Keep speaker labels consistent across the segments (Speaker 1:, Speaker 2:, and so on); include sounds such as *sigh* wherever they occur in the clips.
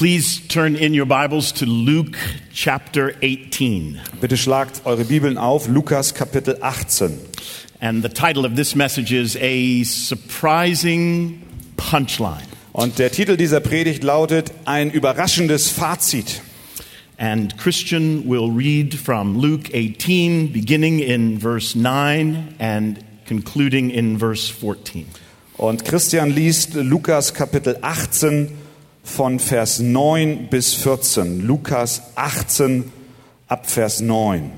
Speaker 1: Please turn in your Bibles to Luke chapter 18.
Speaker 2: Bitte schlagt eure Bibeln auf, Lukas Kapitel 18.
Speaker 1: And the title of this message is A Surprising Punchline.
Speaker 2: Und der Titel dieser Predigt lautet Ein überraschendes Fazit.
Speaker 1: And Christian will read from Luke 18, beginning in verse 9 and concluding in verse 14.
Speaker 2: Und Christian liest Lukas Kapitel 18 von Vers 9 bis 14. Lukas 18 ab Vers 9.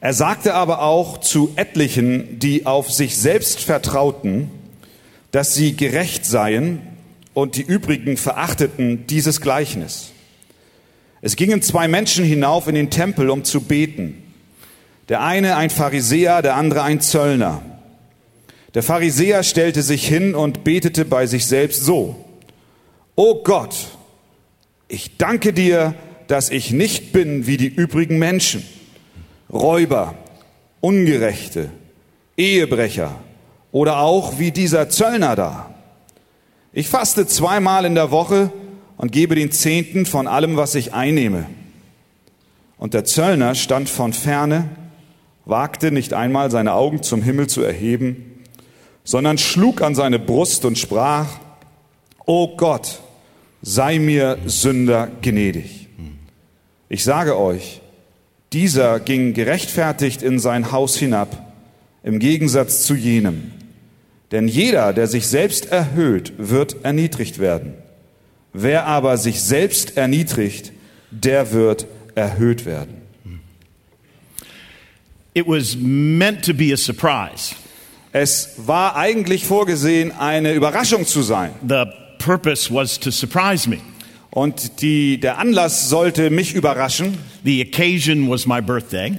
Speaker 2: Er sagte aber auch zu etlichen, die auf sich selbst vertrauten, dass sie gerecht seien und die übrigen verachteten dieses Gleichnis. Es gingen zwei Menschen hinauf in den Tempel, um zu beten. Der eine ein Pharisäer, der andere ein Zöllner. Der Pharisäer stellte sich hin und betete bei sich selbst so. O Gott, ich danke dir, dass ich nicht bin wie die übrigen Menschen, Räuber, Ungerechte, Ehebrecher oder auch wie dieser Zöllner da. Ich faste zweimal in der Woche und gebe den Zehnten von allem, was ich einnehme. Und der Zöllner stand von ferne, wagte nicht einmal seine Augen zum Himmel zu erheben, sondern schlug an seine Brust und sprach, O Gott, sei mir Sünder gnädig. Ich sage euch, dieser ging gerechtfertigt in sein Haus hinab, im Gegensatz zu jenem. Denn jeder, der sich selbst erhöht, wird erniedrigt werden. Wer aber sich selbst erniedrigt, der wird erhöht werden.
Speaker 1: It was meant to be a surprise.
Speaker 2: Es war eigentlich vorgesehen, eine Überraschung zu sein.
Speaker 1: The purpose was to surprise me.
Speaker 2: Und die, der Anlass sollte mich überraschen.
Speaker 1: The occasion was my birthday.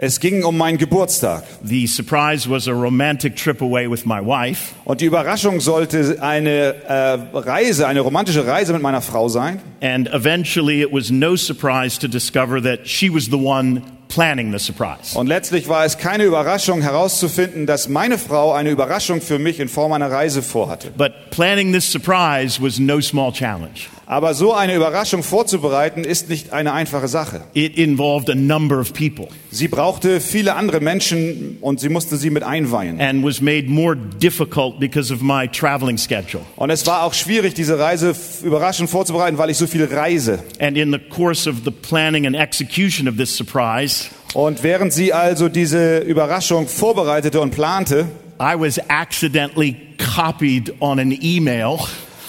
Speaker 2: Es ging um meinen Geburtstag.
Speaker 1: The surprise was a romantic trip away with my wife.
Speaker 2: Und die Überraschung sollte eine äh, Reise, eine romantische Reise mit meiner Frau sein.
Speaker 1: And eventually, it was no surprise to discover that she was the one planning the surprise.
Speaker 2: Und letztlich war es keine Überraschung herauszufinden, dass meine Frau eine Überraschung für mich in Form einer Reise vorhatte.
Speaker 1: But planning this surprise was no small challenge.
Speaker 2: Aber so eine Überraschung vorzubereiten ist nicht eine einfache Sache.
Speaker 1: It involved a number of people
Speaker 2: Sie brauchte viele andere Menschen und sie musste sie mit einweihen.
Speaker 1: and was made more difficult because of my traveling schedule.
Speaker 2: Und es war auch schwierig, diese Reise f- überraschend vorzubereiten, weil ich so viel reise.
Speaker 1: And in the course of the planning and execution of this surprise,
Speaker 2: Und während sie also diese Überraschung vorbereitete und plante,
Speaker 1: I was accidentally copied on an email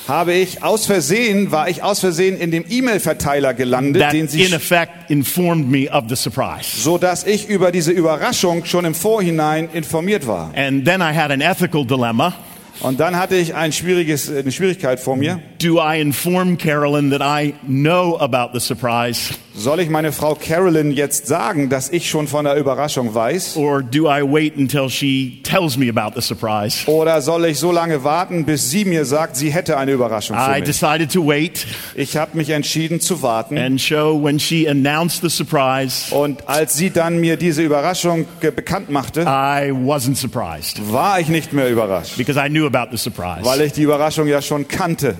Speaker 2: habe ich aus Versehen, war ich aus Versehen in dem E-Mail-Verteiler gelandet,
Speaker 1: that,
Speaker 2: den sie
Speaker 1: in effect, informed me of the surprise.
Speaker 2: so dass ich über diese Überraschung schon im Vorhinein informiert war.
Speaker 1: And then I had an ethical dilemma.
Speaker 2: Und dann hatte ich ein schwieriges, äh, eine Schwierigkeit vor mir.
Speaker 1: Do I inform Carolyn that I know about the surprise,
Speaker 2: Soll ich meine Frau Carolyn jetzt sagen, dass ich schon von der Überraschung weiß?
Speaker 1: or do I wait until she tells me about the surprise?
Speaker 2: Oder soll ich so lange warten, bis sie mir sagt, sie hätte eine Überraschung
Speaker 1: I
Speaker 2: für mich?
Speaker 1: decided to wait,
Speaker 2: Ich habe mich entschieden zu warten.
Speaker 1: and so when she announced the surprise,
Speaker 2: Und als sie dann mir diese Überraschung äh, bekannt machte,
Speaker 1: I wasn't surprised
Speaker 2: war ich nicht mehr überrascht,
Speaker 1: because I knew about the surprise.
Speaker 2: weil ich die Überraschung ja schon kannte.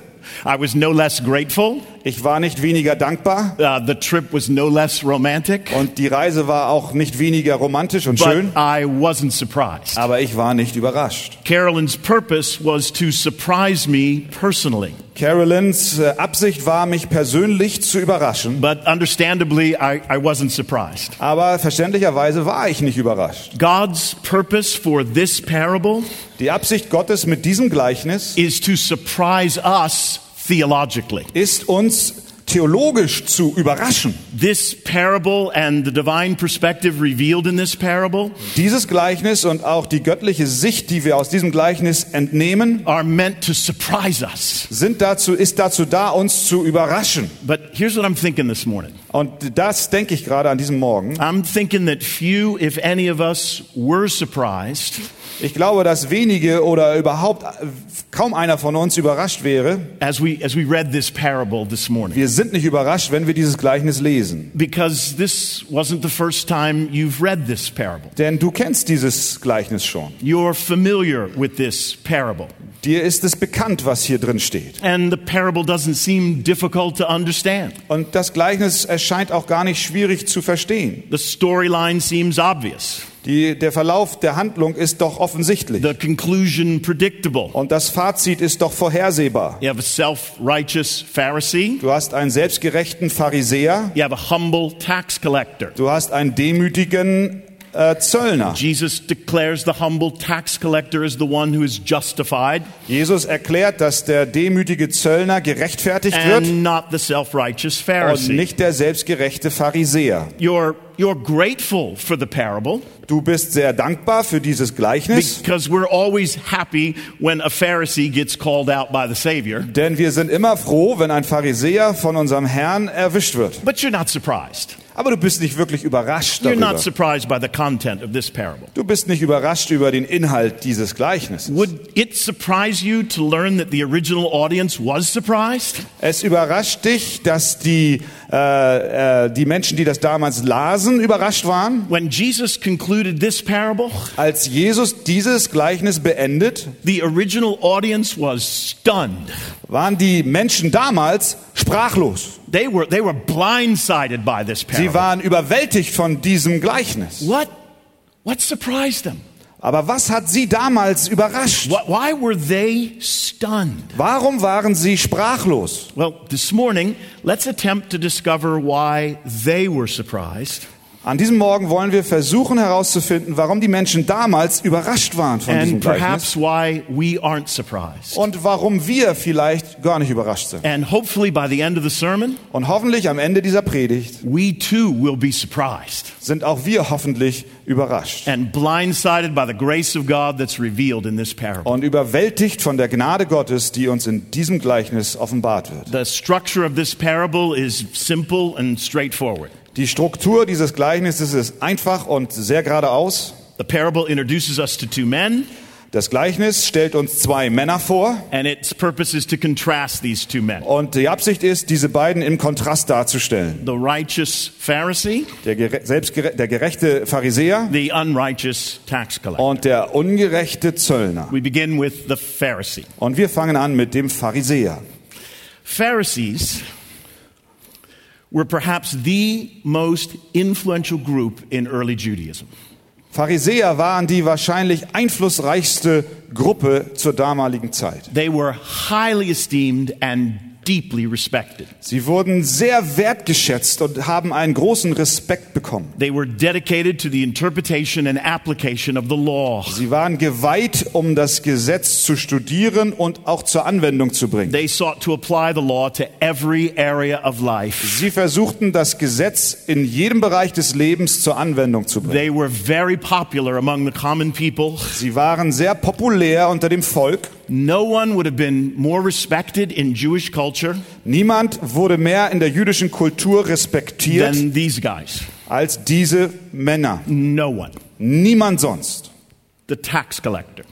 Speaker 1: I was no less grateful.
Speaker 2: Ich war nicht weniger dankbar
Speaker 1: Uh, the trip was no less romantic,
Speaker 2: und die Reise war auch nicht weniger romantisch und
Speaker 1: but
Speaker 2: schön,
Speaker 1: I wasn't surprised.
Speaker 2: aber ich war nicht überrascht.
Speaker 1: Carolyn's purpose was to surprise me personally,
Speaker 2: Carolins äh, Absicht war, mich persönlich zu überraschen,
Speaker 1: but understandably, I, I wasn't surprised.
Speaker 2: aber verständlicherweise war ich nicht überrascht.
Speaker 1: God's purpose for this parable
Speaker 2: Die Absicht Gottes mit diesem Gleichnis
Speaker 1: is to surprise us theologically.
Speaker 2: ist uns theologisch zu überraschen.
Speaker 1: This parable and the divine perspective revealed in this parable
Speaker 2: Dieses Gleichnis und auch die göttliche Sicht, die wir aus diesem Gleichnis entnehmen,
Speaker 1: are meant to surprise us.
Speaker 2: sind dazu, ist dazu da, uns zu überraschen.
Speaker 1: But here's what I'm thinking this morning
Speaker 2: Und das denke ich gerade an diesem Morgen.
Speaker 1: I'm thinking that few, if any of us, were surprised
Speaker 2: Ich glaube, dass wenige oder überhaupt kaum einer von uns überrascht wäre.
Speaker 1: as we, as we read this parable this morning.
Speaker 2: Wir sind nicht überrascht, wenn wir dieses Gleichnis lesen.
Speaker 1: Because this wasn't the first time you've read this parable.
Speaker 2: Denn du kennst dieses Gleichnis schon.
Speaker 1: You're familiar with this parable.
Speaker 2: Dir ist es bekannt, was hier drin steht.
Speaker 1: And the parable doesn't seem difficult to understand.
Speaker 2: Und das Gleichnis erscheint auch gar nicht schwierig zu verstehen.
Speaker 1: The storyline seems obvious,
Speaker 2: Die, der Verlauf der Handlung ist doch offensichtlich.
Speaker 1: the conclusion predictable.
Speaker 2: Und das Fazit ist doch vorhersehbar.
Speaker 1: You have a self righteous Pharisee,
Speaker 2: Du hast einen selbstgerechten Pharisäer,
Speaker 1: you have a humble tax collector.
Speaker 2: du hast einen demütigen äh, Zöllner.
Speaker 1: Jesus declares the humble tax collector is the one who is justified
Speaker 2: Jesus erklärt, dass der demütige Zöllner gerechtfertigt wird
Speaker 1: and not the self righteous
Speaker 2: und
Speaker 1: Pharisee.
Speaker 2: nicht der selbstgerechte Pharisäer.
Speaker 1: You're, you're grateful for the parable
Speaker 2: Du bist sehr dankbar für dieses Gleichnis,
Speaker 1: because we're always happy when a Pharisee gets called out by the Savior,
Speaker 2: denn wir sind immer froh, wenn ein Pharisäer von unserem Herrn erwischt wird.
Speaker 1: but you're not surprised.
Speaker 2: Aber du bist nicht wirklich überrascht
Speaker 1: You're
Speaker 2: darüber.
Speaker 1: not surprised by the content of this parable.
Speaker 2: Du bist nicht überrascht über den Inhalt dieses Gleichnisses.
Speaker 1: Would it surprise you to learn that the original audience was surprised?
Speaker 2: Es überrascht dich, dass die, äh, äh, die Menschen, die das damals lasen, überrascht waren.
Speaker 1: When Jesus concluded this parable,
Speaker 2: Als Jesus dieses Gleichnis beendet,
Speaker 1: the original audience was stunned.
Speaker 2: waren die Menschen damals sprachlos.
Speaker 1: They were, they were blindsided by this
Speaker 2: Sie
Speaker 1: parable.
Speaker 2: waren überwältigt von diesem Gleichnis.
Speaker 1: What, what surprised them?
Speaker 2: Aber was hat sie damals überrascht?
Speaker 1: Wh- Why were they stunned?
Speaker 2: Warum waren sie sprachlos?
Speaker 1: Well, this morning, let's attempt to discover why they were surprised
Speaker 2: An diesem Morgen wollen wir versuchen herauszufinden, warum die Menschen damals überrascht waren von diesem
Speaker 1: and
Speaker 2: Gleichnis
Speaker 1: perhaps why we aren't surprised.
Speaker 2: und warum wir vielleicht gar nicht überrascht sind.
Speaker 1: And hopefully, by the end of the sermon,
Speaker 2: Und hoffentlich am Ende dieser Predigt
Speaker 1: we too will be surprised.
Speaker 2: sind auch wir hoffentlich überrascht
Speaker 1: and blindsided by the grace of God that's revealed in this parable.
Speaker 2: und überwältigt von der Gnade Gottes, die uns in diesem Gleichnis offenbart wird.
Speaker 1: The structure of this parable is simple and straightforward.
Speaker 2: Die Struktur dieses Gleichnisses ist einfach und sehr geradeaus.
Speaker 1: The parable introduces us to two men,
Speaker 2: Das Gleichnis stellt uns zwei Männer vor
Speaker 1: and its purpose is to contrast these two men
Speaker 2: und die Absicht ist, diese beiden im Kontrast darzustellen.
Speaker 1: the righteous Pharisee,
Speaker 2: Der, gere selbstgere der gerechte Pharisäer
Speaker 1: the unrighteous tax collector.
Speaker 2: und der ungerechte Zöllner.
Speaker 1: We begin with the Pharisee.
Speaker 2: Und wir fangen an mit dem Pharisäer.
Speaker 1: Pharisees were perhaps the most influential group in early Judaism.
Speaker 2: Pharisäer waren die wahrscheinlich einflussreichste Gruppe zur damaligen Zeit.
Speaker 1: They were highly esteemed and deeply respected.
Speaker 2: Sie wurden sehr wertgeschätzt und haben einen großen Respekt bekommen.
Speaker 1: They were dedicated to the interpretation and application of the law.
Speaker 2: Sie waren geweiht, um das Gesetz zu studieren und auch zur Anwendung zu bringen.
Speaker 1: They sought to apply the law to every area of life.
Speaker 2: Sie versuchten, das Gesetz in jedem Bereich des Lebens zur Anwendung zu bringen.
Speaker 1: They were very popular among the common people.
Speaker 2: Sie waren sehr populär unter dem Volk.
Speaker 1: No one would have been more respected in Jewish culture
Speaker 2: Niemand wurde mehr in der jüdischen Kultur respektiert.
Speaker 1: than these guys.
Speaker 2: als diese Männer.
Speaker 1: No one.
Speaker 2: Niemand sonst.
Speaker 1: The tax collector.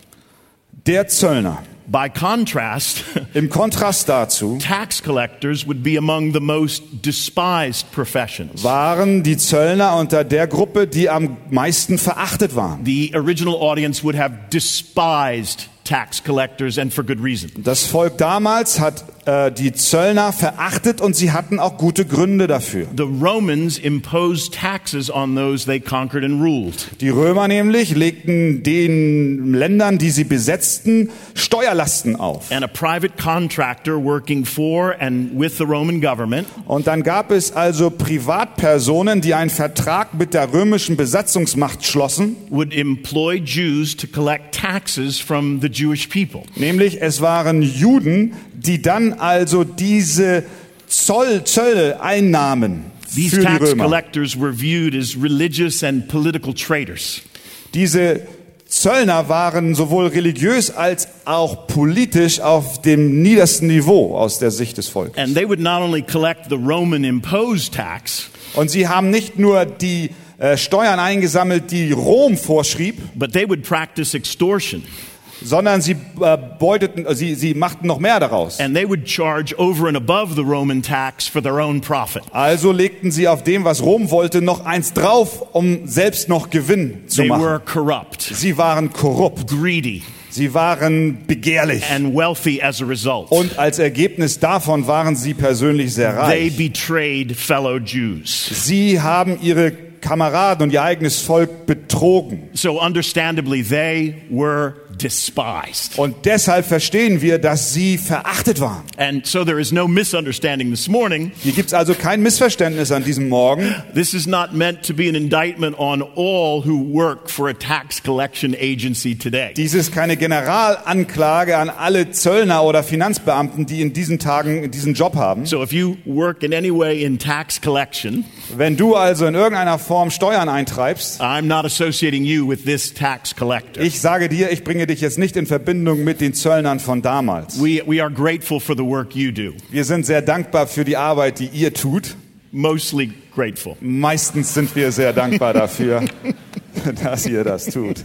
Speaker 2: Der Zöllner.
Speaker 1: By contrast, *laughs*
Speaker 2: Im Kontrast dazu
Speaker 1: tax collectors would be among the most despised professions.
Speaker 2: waren die Zöllner unter der Gruppe, die am meisten verachtet waren.
Speaker 1: The original audience would have despised tax collectors, and for good reason.
Speaker 2: Das Volk damals hat äh, die Zöllner verachtet und sie hatten auch gute Gründe dafür.
Speaker 1: The Romans imposed taxes on those they conquered and ruled.
Speaker 2: Die Römer nämlich legten den Ländern, die sie besetzten, Steuerlasten auf.
Speaker 1: And a private contractor working for and with the Roman government
Speaker 2: Und dann gab es also Privatpersonen, die einen Vertrag mit der römischen Besatzungsmacht schlossen
Speaker 1: would employ Jews to collect taxes from the Jewish people.
Speaker 2: Nämlich es waren Juden, die dann also diese Zoll, Zölle einnahmen
Speaker 1: These
Speaker 2: für die
Speaker 1: tax
Speaker 2: Römer.
Speaker 1: collectors were viewed as religious and political traitors.
Speaker 2: Diese Zöllner waren sowohl religiös als auch politisch auf dem niedersten Niveau aus der Sicht des Volkes.
Speaker 1: And they would not only collect the Roman imposed tax,
Speaker 2: Und sie haben nicht nur die äh, Steuern eingesammelt, die Rom vorschrieb,
Speaker 1: but they would practice extortion
Speaker 2: sondern sie äh, beuteten, sie, sie machten noch mehr daraus.
Speaker 1: and they would charge over and above the Roman tax for their own profit.
Speaker 2: Also legten sie auf dem, was Rom wollte, noch eins drauf, um selbst noch Gewinn zu
Speaker 1: They
Speaker 2: machen.
Speaker 1: were corrupt,
Speaker 2: Sie waren korrupt,
Speaker 1: greedy,
Speaker 2: sie waren begehrlich
Speaker 1: and wealthy as a result.
Speaker 2: und als Ergebnis davon waren sie persönlich sehr
Speaker 1: They
Speaker 2: reich.
Speaker 1: betrayed fellow Jews.
Speaker 2: Sie haben ihre Kameraden und ihr eigenes Volk betrogen.
Speaker 1: So, understandably, they were despised.
Speaker 2: Und deshalb verstehen wir, dass sie verachtet waren.
Speaker 1: And so, there is no misunderstanding this morning.
Speaker 2: Hier gibt's also kein Missverständnis an diesem Morgen.
Speaker 1: This is not meant to be an indictment on all who work for a tax collection agency today.
Speaker 2: Dies ist keine Generalanklage an alle Zöllner oder Finanzbeamten, die in diesen Tagen diesen Job haben.
Speaker 1: So, if you work in any way in tax collection,
Speaker 2: Wenn du also in irgendeiner Form Steuern eintreibst,
Speaker 1: I'm not associating you with this tax collector.
Speaker 2: ich sage dir, ich bringe dich jetzt nicht in Verbindung mit den Zöllnern von damals.
Speaker 1: We, we are grateful for the work you do,
Speaker 2: Wir sind sehr dankbar für die Arbeit, die ihr tut.
Speaker 1: mostly grateful.
Speaker 2: Meistens sind wir sehr dankbar dafür, dass ihr das tut.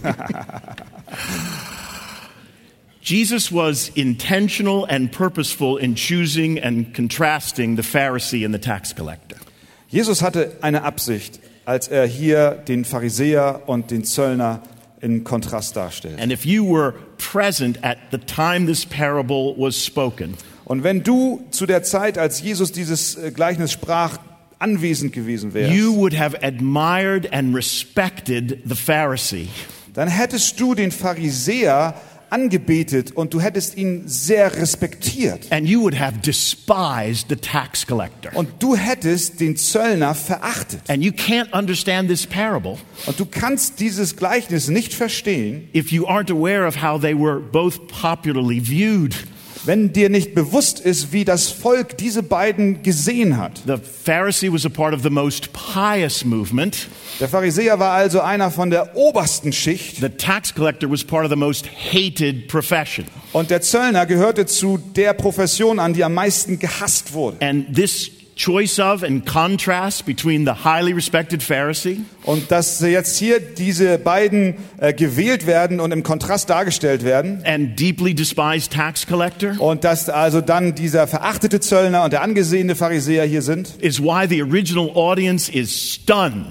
Speaker 1: Jesus was intentional and purposeful in choosing and contrasting the Pharisee and the tax collector.
Speaker 2: Jesus hatte eine Absicht, als er hier den Pharisäer und den Zöllner in Kontrast darstellt.
Speaker 1: And if you were present at the time this parable was spoken,
Speaker 2: Und wenn du zu der Zeit, als Jesus dieses äh, Gleichnis sprach, anwesend gewesen wärst,
Speaker 1: you would have admired and respected the Pharisee
Speaker 2: dann hättest du den Pharisäer angebetet und du hättest ihn sehr respektiert.
Speaker 1: and you would have despised the tax collector.
Speaker 2: Und du hättest den Zöllner verachtet.
Speaker 1: And you can't understand this parable
Speaker 2: Und du kannst dieses Gleichnis nicht verstehen,
Speaker 1: if you aren't aware of how they were both popularly viewed.
Speaker 2: wenn dir nicht bewusst ist, wie das Volk diese beiden gesehen hat.
Speaker 1: The Pharisee was a part of the most pious movement.
Speaker 2: Der Pharisäer war also einer von der obersten Schicht
Speaker 1: The tax collector was part of the most hated profession.
Speaker 2: und der Zöllner gehörte zu der Profession an, die am meisten gehasst wurde.
Speaker 1: And this choice of and contrast between the highly respected Pharisee
Speaker 2: Und dass jetzt hier diese beiden äh, gewählt werden und im Kontrast dargestellt werden.
Speaker 1: and deeply despised tax collector
Speaker 2: Und dass also dann dieser verachtete Zöllner und der angesehene Pharisäer hier sind.
Speaker 1: is why the original audience is stunned.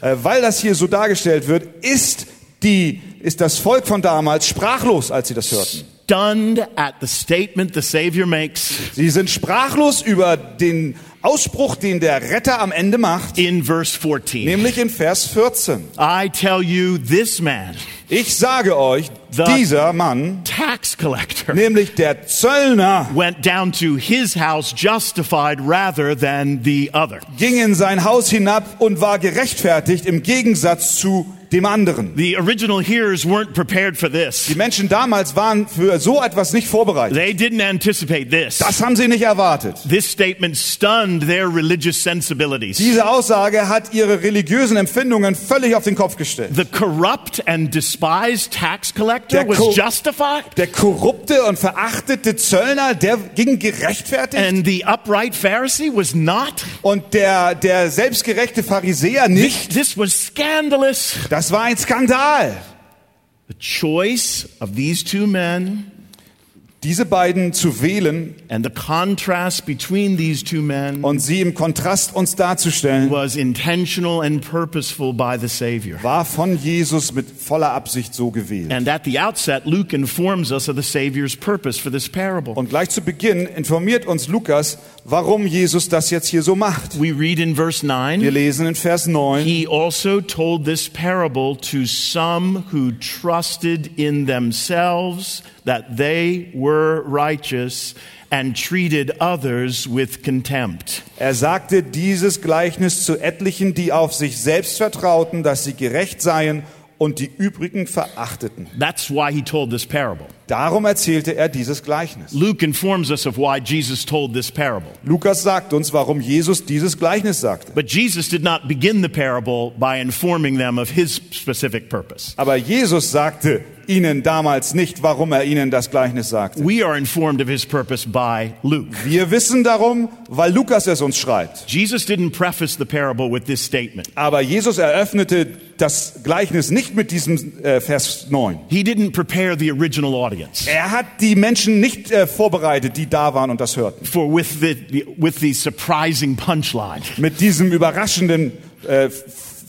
Speaker 2: Äh, weil das hier so dargestellt wird, ist die, ist das Volk von damals sprachlos, als sie das hörten.
Speaker 1: Stunned at the statement the Savior makes
Speaker 2: Sie sind sprachlos über den Ausspruch, den der Retter am Ende macht,
Speaker 1: in verse 14.
Speaker 2: nämlich in Vers 14.
Speaker 1: I tell you, this man,
Speaker 2: Ich sage euch,
Speaker 1: The-
Speaker 2: dieser Mann,
Speaker 1: tax collector,
Speaker 2: nämlich der Zöllner,
Speaker 1: went down to his house justified rather than the other.
Speaker 2: ging in sein Haus hinab und war gerechtfertigt im Gegensatz zu dem anderen.
Speaker 1: The original hearers weren't prepared for this.
Speaker 2: Die Menschen damals waren für so etwas nicht vorbereitet.
Speaker 1: They didn't anticipate this.
Speaker 2: Das haben sie nicht erwartet.
Speaker 1: This statement stunned their religious sensibilities.
Speaker 2: Diese Aussage hat ihre religiösen Empfindungen völlig auf den Kopf gestellt.
Speaker 1: The corrupt and despised tax collector
Speaker 2: Der
Speaker 1: was
Speaker 2: Ko-
Speaker 1: justified,
Speaker 2: Der korrupte und verachtete Zöllner, der ging gerechtfertigt
Speaker 1: and the upright Pharisee was not.
Speaker 2: und der, der selbstgerechte Pharisäer nicht.
Speaker 1: This was scandalous.
Speaker 2: Das war ein Skandal.
Speaker 1: The choice of these two men
Speaker 2: Diese beiden zu wählen
Speaker 1: and the contrast between these two men
Speaker 2: und sie im Kontrast uns darzustellen,
Speaker 1: was intentional and purposeful by the Savior.
Speaker 2: war von Jesus mit voller Absicht so gewählt.
Speaker 1: And at the outset, Luke informs us of the Savior's purpose for this parable.
Speaker 2: Und gleich zu Beginn informiert uns Lukas, warum Jesus das jetzt hier so macht.
Speaker 1: We read in verse 9
Speaker 2: Wir lesen in Vers 9,
Speaker 1: He also told this parable to some who trusted in themselves that they were righteous and treated others with contempt.
Speaker 2: er sagte dieses Gleichnis zu etlichen, die auf sich selbst vertrauten, dass sie gerecht seien und die übrigen verachteten.
Speaker 1: That's why he told this parable.
Speaker 2: Darum erzählte er dieses Gleichnis.
Speaker 1: Luke informs us of why Jesus told this parable.
Speaker 2: Lukas sagt uns, warum Jesus dieses Gleichnis sagte.
Speaker 1: But Jesus did not begin the parable by informing them of his specific purpose.
Speaker 2: Aber Jesus sagte ihnen damals nicht, warum er ihnen das Gleichnis sagte.
Speaker 1: We are informed of his purpose by Luke.
Speaker 2: Wir wissen darum, weil Lukas es uns schreibt.
Speaker 1: Jesus didn't preface the parable with this statement.
Speaker 2: Aber Jesus eröffnete das Gleichnis nicht mit diesem äh, Vers 9.
Speaker 1: He didn't prepare the original audience.
Speaker 2: Er hat die Menschen nicht äh, vorbereitet, die da waren und das hörten.
Speaker 1: For with the, with the surprising punchline,
Speaker 2: Mit diesem überraschenden, äh, f-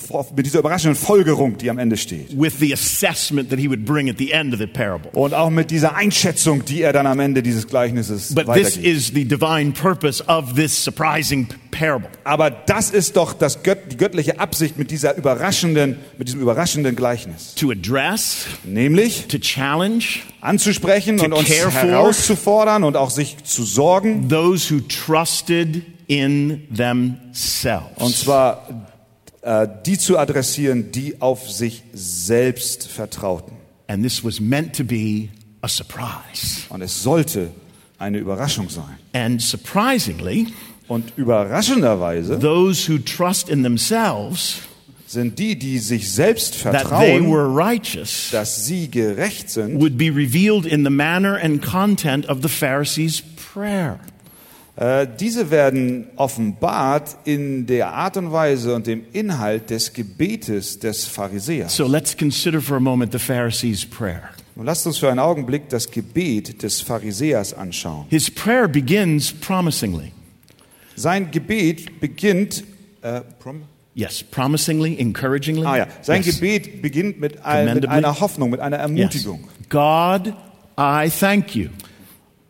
Speaker 2: f- mit dieser überraschenden Folgerung, die am Ende steht.
Speaker 1: with the assessment that he would bring at the end of the parable.
Speaker 2: Und auch mit dieser Einschätzung, die er dann am Ende dieses Gleichnisses
Speaker 1: But this
Speaker 2: weitergibt.
Speaker 1: is the divine purpose of this surprising p- parable.
Speaker 2: Aber das ist doch das Gött die göttliche Absicht mit dieser überraschenden, mit diesem überraschenden Gleichnis.
Speaker 1: To address,
Speaker 2: Nämlich
Speaker 1: to challenge
Speaker 2: anzusprechen
Speaker 1: To
Speaker 2: und uns
Speaker 1: care for.
Speaker 2: herauszufordern und auch sich zu sorgen.
Speaker 1: those who trusted in themselves.
Speaker 2: Und zwar äh, die zu adressieren, die auf sich selbst vertrauten.
Speaker 1: And this was meant to be a surprise.
Speaker 2: Und es sollte eine Überraschung sein.
Speaker 1: And surprisingly,
Speaker 2: Und überraschenderweise
Speaker 1: those who trust in themselves
Speaker 2: sind die, die sich selbst
Speaker 1: that they
Speaker 2: vertrauen,
Speaker 1: were righteous
Speaker 2: dass sie gerecht sind,
Speaker 1: would be revealed in the manner and content of the Pharisees' prayer.
Speaker 2: äh, diese werden offenbart in der Art und Weise und dem Inhalt des Gebetes des Pharisäers.
Speaker 1: So let's consider for a moment the Pharisees' prayer.
Speaker 2: Und lasst uns für einen Augenblick das Gebet des Pharisäers anschauen.
Speaker 1: His prayer begins promisingly.
Speaker 2: Sein Gebet beginnt äh, prom-
Speaker 1: Yes, promisingly, encouragingly.
Speaker 2: Ah ja, sein
Speaker 1: Yes.
Speaker 2: Gebet beginnt mit, ein, mit
Speaker 1: Commendably.
Speaker 2: einer Hoffnung, mit einer
Speaker 1: Yes.
Speaker 2: Ermutigung.
Speaker 1: God, I thank you.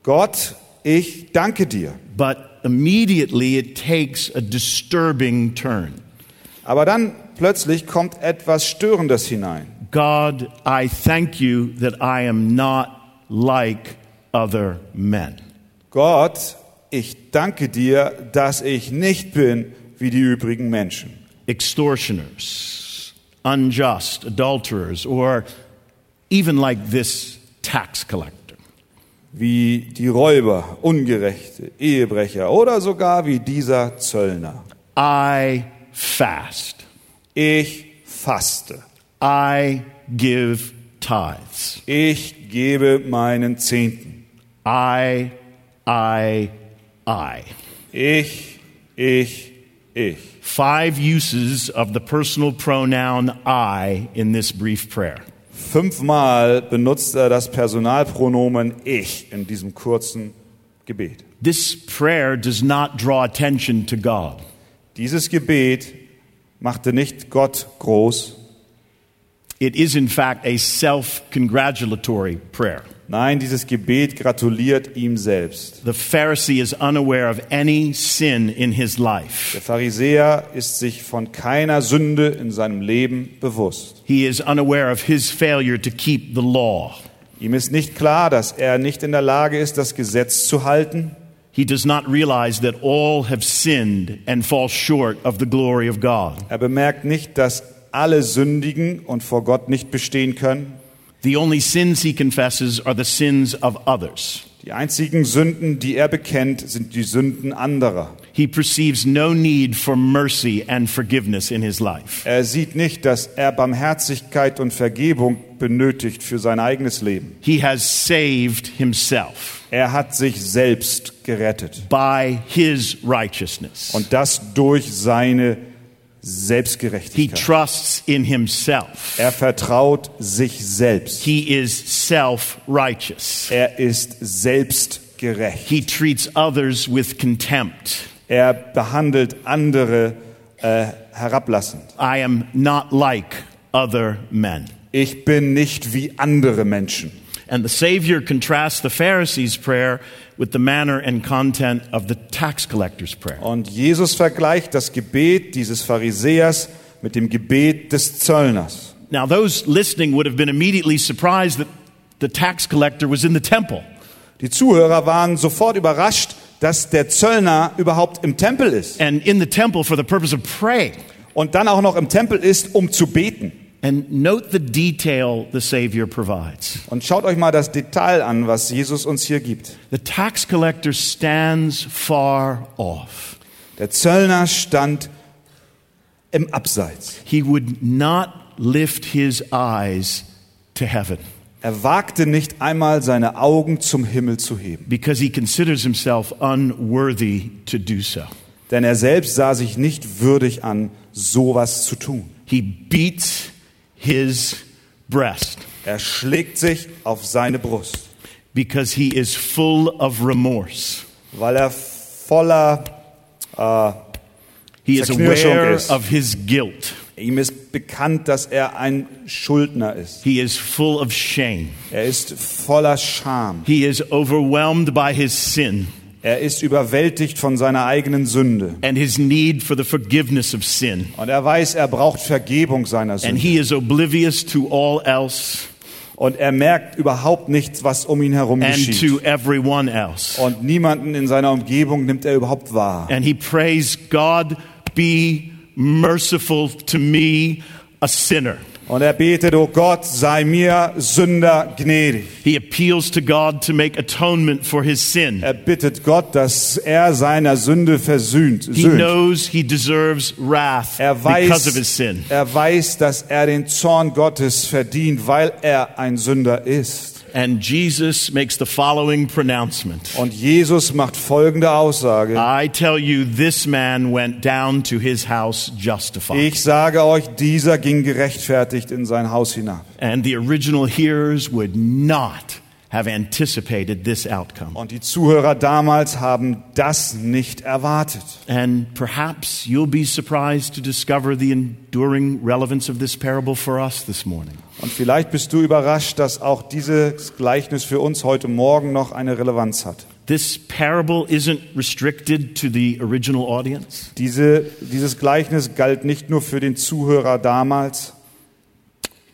Speaker 2: Gott, ich danke dir.
Speaker 1: But immediately it takes a disturbing turn.
Speaker 2: Aber dann plötzlich kommt etwas Störendes hinein.
Speaker 1: God, I thank you that I am not like other men.
Speaker 2: Gott, ich danke dir, dass ich nicht bin wie die übrigen Menschen.
Speaker 1: Extortioners, unjust, adulterers, or even like this tax collector.
Speaker 2: Wie die Räuber, Ungerechte, Ehebrecher oder sogar wie dieser Zöllner.
Speaker 1: I fast.
Speaker 2: Ich faste.
Speaker 1: I give tithes.
Speaker 2: Ich gebe meinen Zehnten.
Speaker 1: I, I, I.
Speaker 2: Ich, ich, ich.
Speaker 1: Five uses of the personal pronoun I in this brief prayer.
Speaker 2: Fünfmal benutzt er das Personalpronomen ich in diesem kurzen Gebet.
Speaker 1: This prayer does not draw attention to God.
Speaker 2: Dieses Gebet machte nicht Gott groß.
Speaker 1: It is, in fact, a self congratulatory prayer.
Speaker 2: Nein, dieses Gebet gratuliert ihm selbst.
Speaker 1: The Pharisee is unaware of any sin in his life.
Speaker 2: Der Pharisäer ist sich von keiner Sünde in seinem Leben bewusst.
Speaker 1: He is unaware of his failure to keep the law.
Speaker 2: Ihm ist nicht klar, dass er nicht in der Lage ist, das Gesetz zu halten.
Speaker 1: He does not realize that all have sinned and fall short of the glory of God.
Speaker 2: Er bemerkt nicht, dass alle sündigen und vor Gott nicht bestehen können.
Speaker 1: The only sins he confesses are the sins of others.
Speaker 2: Die einzigen Sünden, die er bekennt, sind die Sünden anderer.
Speaker 1: He perceives no need for mercy and forgiveness in his life.
Speaker 2: Er sieht nicht, dass er Barmherzigkeit und Vergebung benötigt für sein eigenes Leben.
Speaker 1: He has saved himself
Speaker 2: Er hat sich selbst gerettet.
Speaker 1: by his righteousness.
Speaker 2: Und das durch seine
Speaker 1: He
Speaker 2: Selbstgerechtigkeit.
Speaker 1: trusts in himself.
Speaker 2: Er vertraut sich selbst.
Speaker 1: He is self righteous.
Speaker 2: Er ist selbstgerecht.
Speaker 1: He treats others with contempt.
Speaker 2: Er behandelt andere äh, herablassend.
Speaker 1: I am not like other men.
Speaker 2: Ich bin nicht wie andere Menschen.
Speaker 1: And the Savior contrasts the Pharisee's prayer with the manner and content of the tax collector's prayer.
Speaker 2: Und Jesus vergleicht das Gebet dieses Pharisäers mit dem Gebet des Zöllners.
Speaker 1: Now, those listening would have been immediately surprised that the tax collector was in the temple.
Speaker 2: Die Zuhörer waren sofort überrascht, dass der Zöllner überhaupt im Tempel ist
Speaker 1: and in the temple for the purpose of praying.
Speaker 2: und dann auch noch im Tempel ist, um zu beten.
Speaker 1: And note the detail the Savior provides.
Speaker 2: Und schaut euch mal das Detail an, was Jesus uns hier gibt.
Speaker 1: The tax collector stands far off.
Speaker 2: Der Zöllner stand im Abseits.
Speaker 1: He would not lift his eyes to heaven.
Speaker 2: Er wagte nicht einmal seine Augen zum Himmel zu heben,
Speaker 1: because he considers himself unworthy to do so.
Speaker 2: denn er selbst sah sich nicht würdig an, sowas zu tun.
Speaker 1: He beats his breast
Speaker 2: Er schlägt sich auf seine Brust,
Speaker 1: because he is full of remorse.
Speaker 2: weil er voller,
Speaker 1: He is
Speaker 2: Zerknirschung
Speaker 1: aware
Speaker 2: ist.
Speaker 1: of his guilt.
Speaker 2: ihm ist bekannt, dass er ein Schuldner ist.
Speaker 1: He is full of shame.
Speaker 2: Er ist voller Scham.
Speaker 1: He is overwhelmed by his sin
Speaker 2: Er ist überwältigt von seiner eigenen Sünde.
Speaker 1: and his need for the forgiveness of sin.
Speaker 2: Und er weiß, er braucht Vergebung seiner
Speaker 1: And
Speaker 2: Sünde.
Speaker 1: he is oblivious to all else
Speaker 2: Und er merkt überhaupt nichts, was um ihn herum
Speaker 1: and
Speaker 2: geschieht.
Speaker 1: to everyone else.
Speaker 2: Und niemanden in seiner Umgebung nimmt er überhaupt wahr.
Speaker 1: And he prays, God, be merciful to me, a sinner.
Speaker 2: Und er betet, oh Gott, sei mir Sünder gnädig.
Speaker 1: He appeals to God to make atonement for his sin.
Speaker 2: Er bittet Gott, dass er seiner Sünde versöhnt.
Speaker 1: He
Speaker 2: Söhnt.
Speaker 1: knows he deserves wrath
Speaker 2: Er
Speaker 1: because of his
Speaker 2: weiß,
Speaker 1: sin.
Speaker 2: er weiß, dass er den Zorn Gottes verdient, weil er ein Sünder ist.
Speaker 1: And Jesus makes the following pronouncement
Speaker 2: Und Jesus macht folgende Aussage.
Speaker 1: I tell you, this man went down to his house justified.
Speaker 2: Ich sage euch, dieser ging gerechtfertigt in sein Haus hinab.
Speaker 1: And the original hearers would not have anticipated this outcome.
Speaker 2: Und die Zuhörer damals haben das nicht erwartet.
Speaker 1: And perhaps you'll be surprised to discover the enduring relevance of this parable for us this morning.
Speaker 2: Und vielleicht bist du überrascht, dass auch dieses Gleichnis für uns heute Morgen noch eine Relevanz hat.
Speaker 1: This parable isn't restricted to the original audience.
Speaker 2: Diese, dieses Gleichnis galt nicht nur für den Zuhörer damals.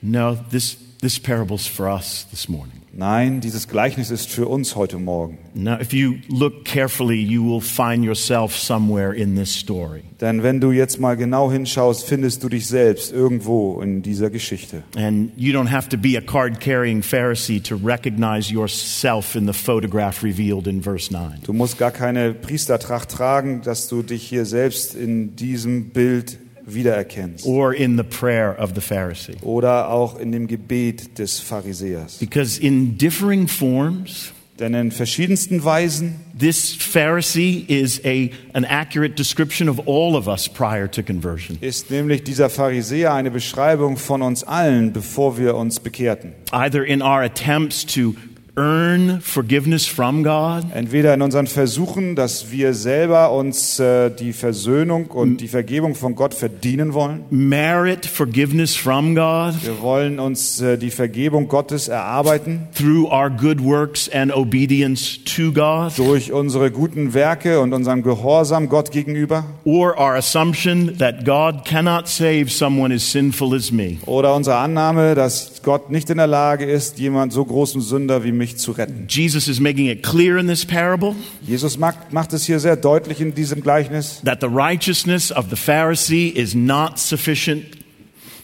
Speaker 1: No, this, this parable's for us this morning.
Speaker 2: Nein, dieses Gleichnis ist für uns heute Morgen.
Speaker 1: Now, if you look carefully, you will find yourself somewhere in this story.
Speaker 2: Denn wenn du jetzt mal genau hinschaust, findest du dich selbst irgendwo in dieser Geschichte.
Speaker 1: And you don't have to be a card carrying Pharisee to recognize yourself in the photograph revealed in verse 9.
Speaker 2: Du musst gar keine Priestertracht tragen, dass du dich hier selbst in diesem Bild wiedererkennst.
Speaker 1: Or in the prayer of the Pharisee.
Speaker 2: Oder auch in dem Gebet des Pharisäers.
Speaker 1: Because in differing forms,
Speaker 2: Denn in verschiedensten Weisen
Speaker 1: This Pharisee is a, an accurate description of all of us prior to conversion.
Speaker 2: ist nämlich dieser Pharisäer eine Beschreibung von uns allen, bevor wir uns bekehrten.
Speaker 1: Either in our attempts to earn forgiveness from God,
Speaker 2: Entweder in unseren Versuchen, dass wir selber uns äh, die Versöhnung und die Vergebung von Gott verdienen wollen.
Speaker 1: merit forgiveness from God
Speaker 2: Wir wollen uns äh, die Vergebung Gottes erarbeiten
Speaker 1: through our good works and obedience to God,
Speaker 2: durch unsere guten Werke und unserem Gehorsam Gott gegenüber
Speaker 1: or our assumption that God cannot save someone as sinful as me.
Speaker 2: oder unsere Annahme, dass Gott nicht in der Lage ist, jemand so großen Sünder wie mich zu retten.
Speaker 1: Jesus is making it clear in this parable
Speaker 2: Jesus macht, macht es hier sehr deutlich in diesem Gleichnis,
Speaker 1: that the righteousness of the Pharisee is not sufficient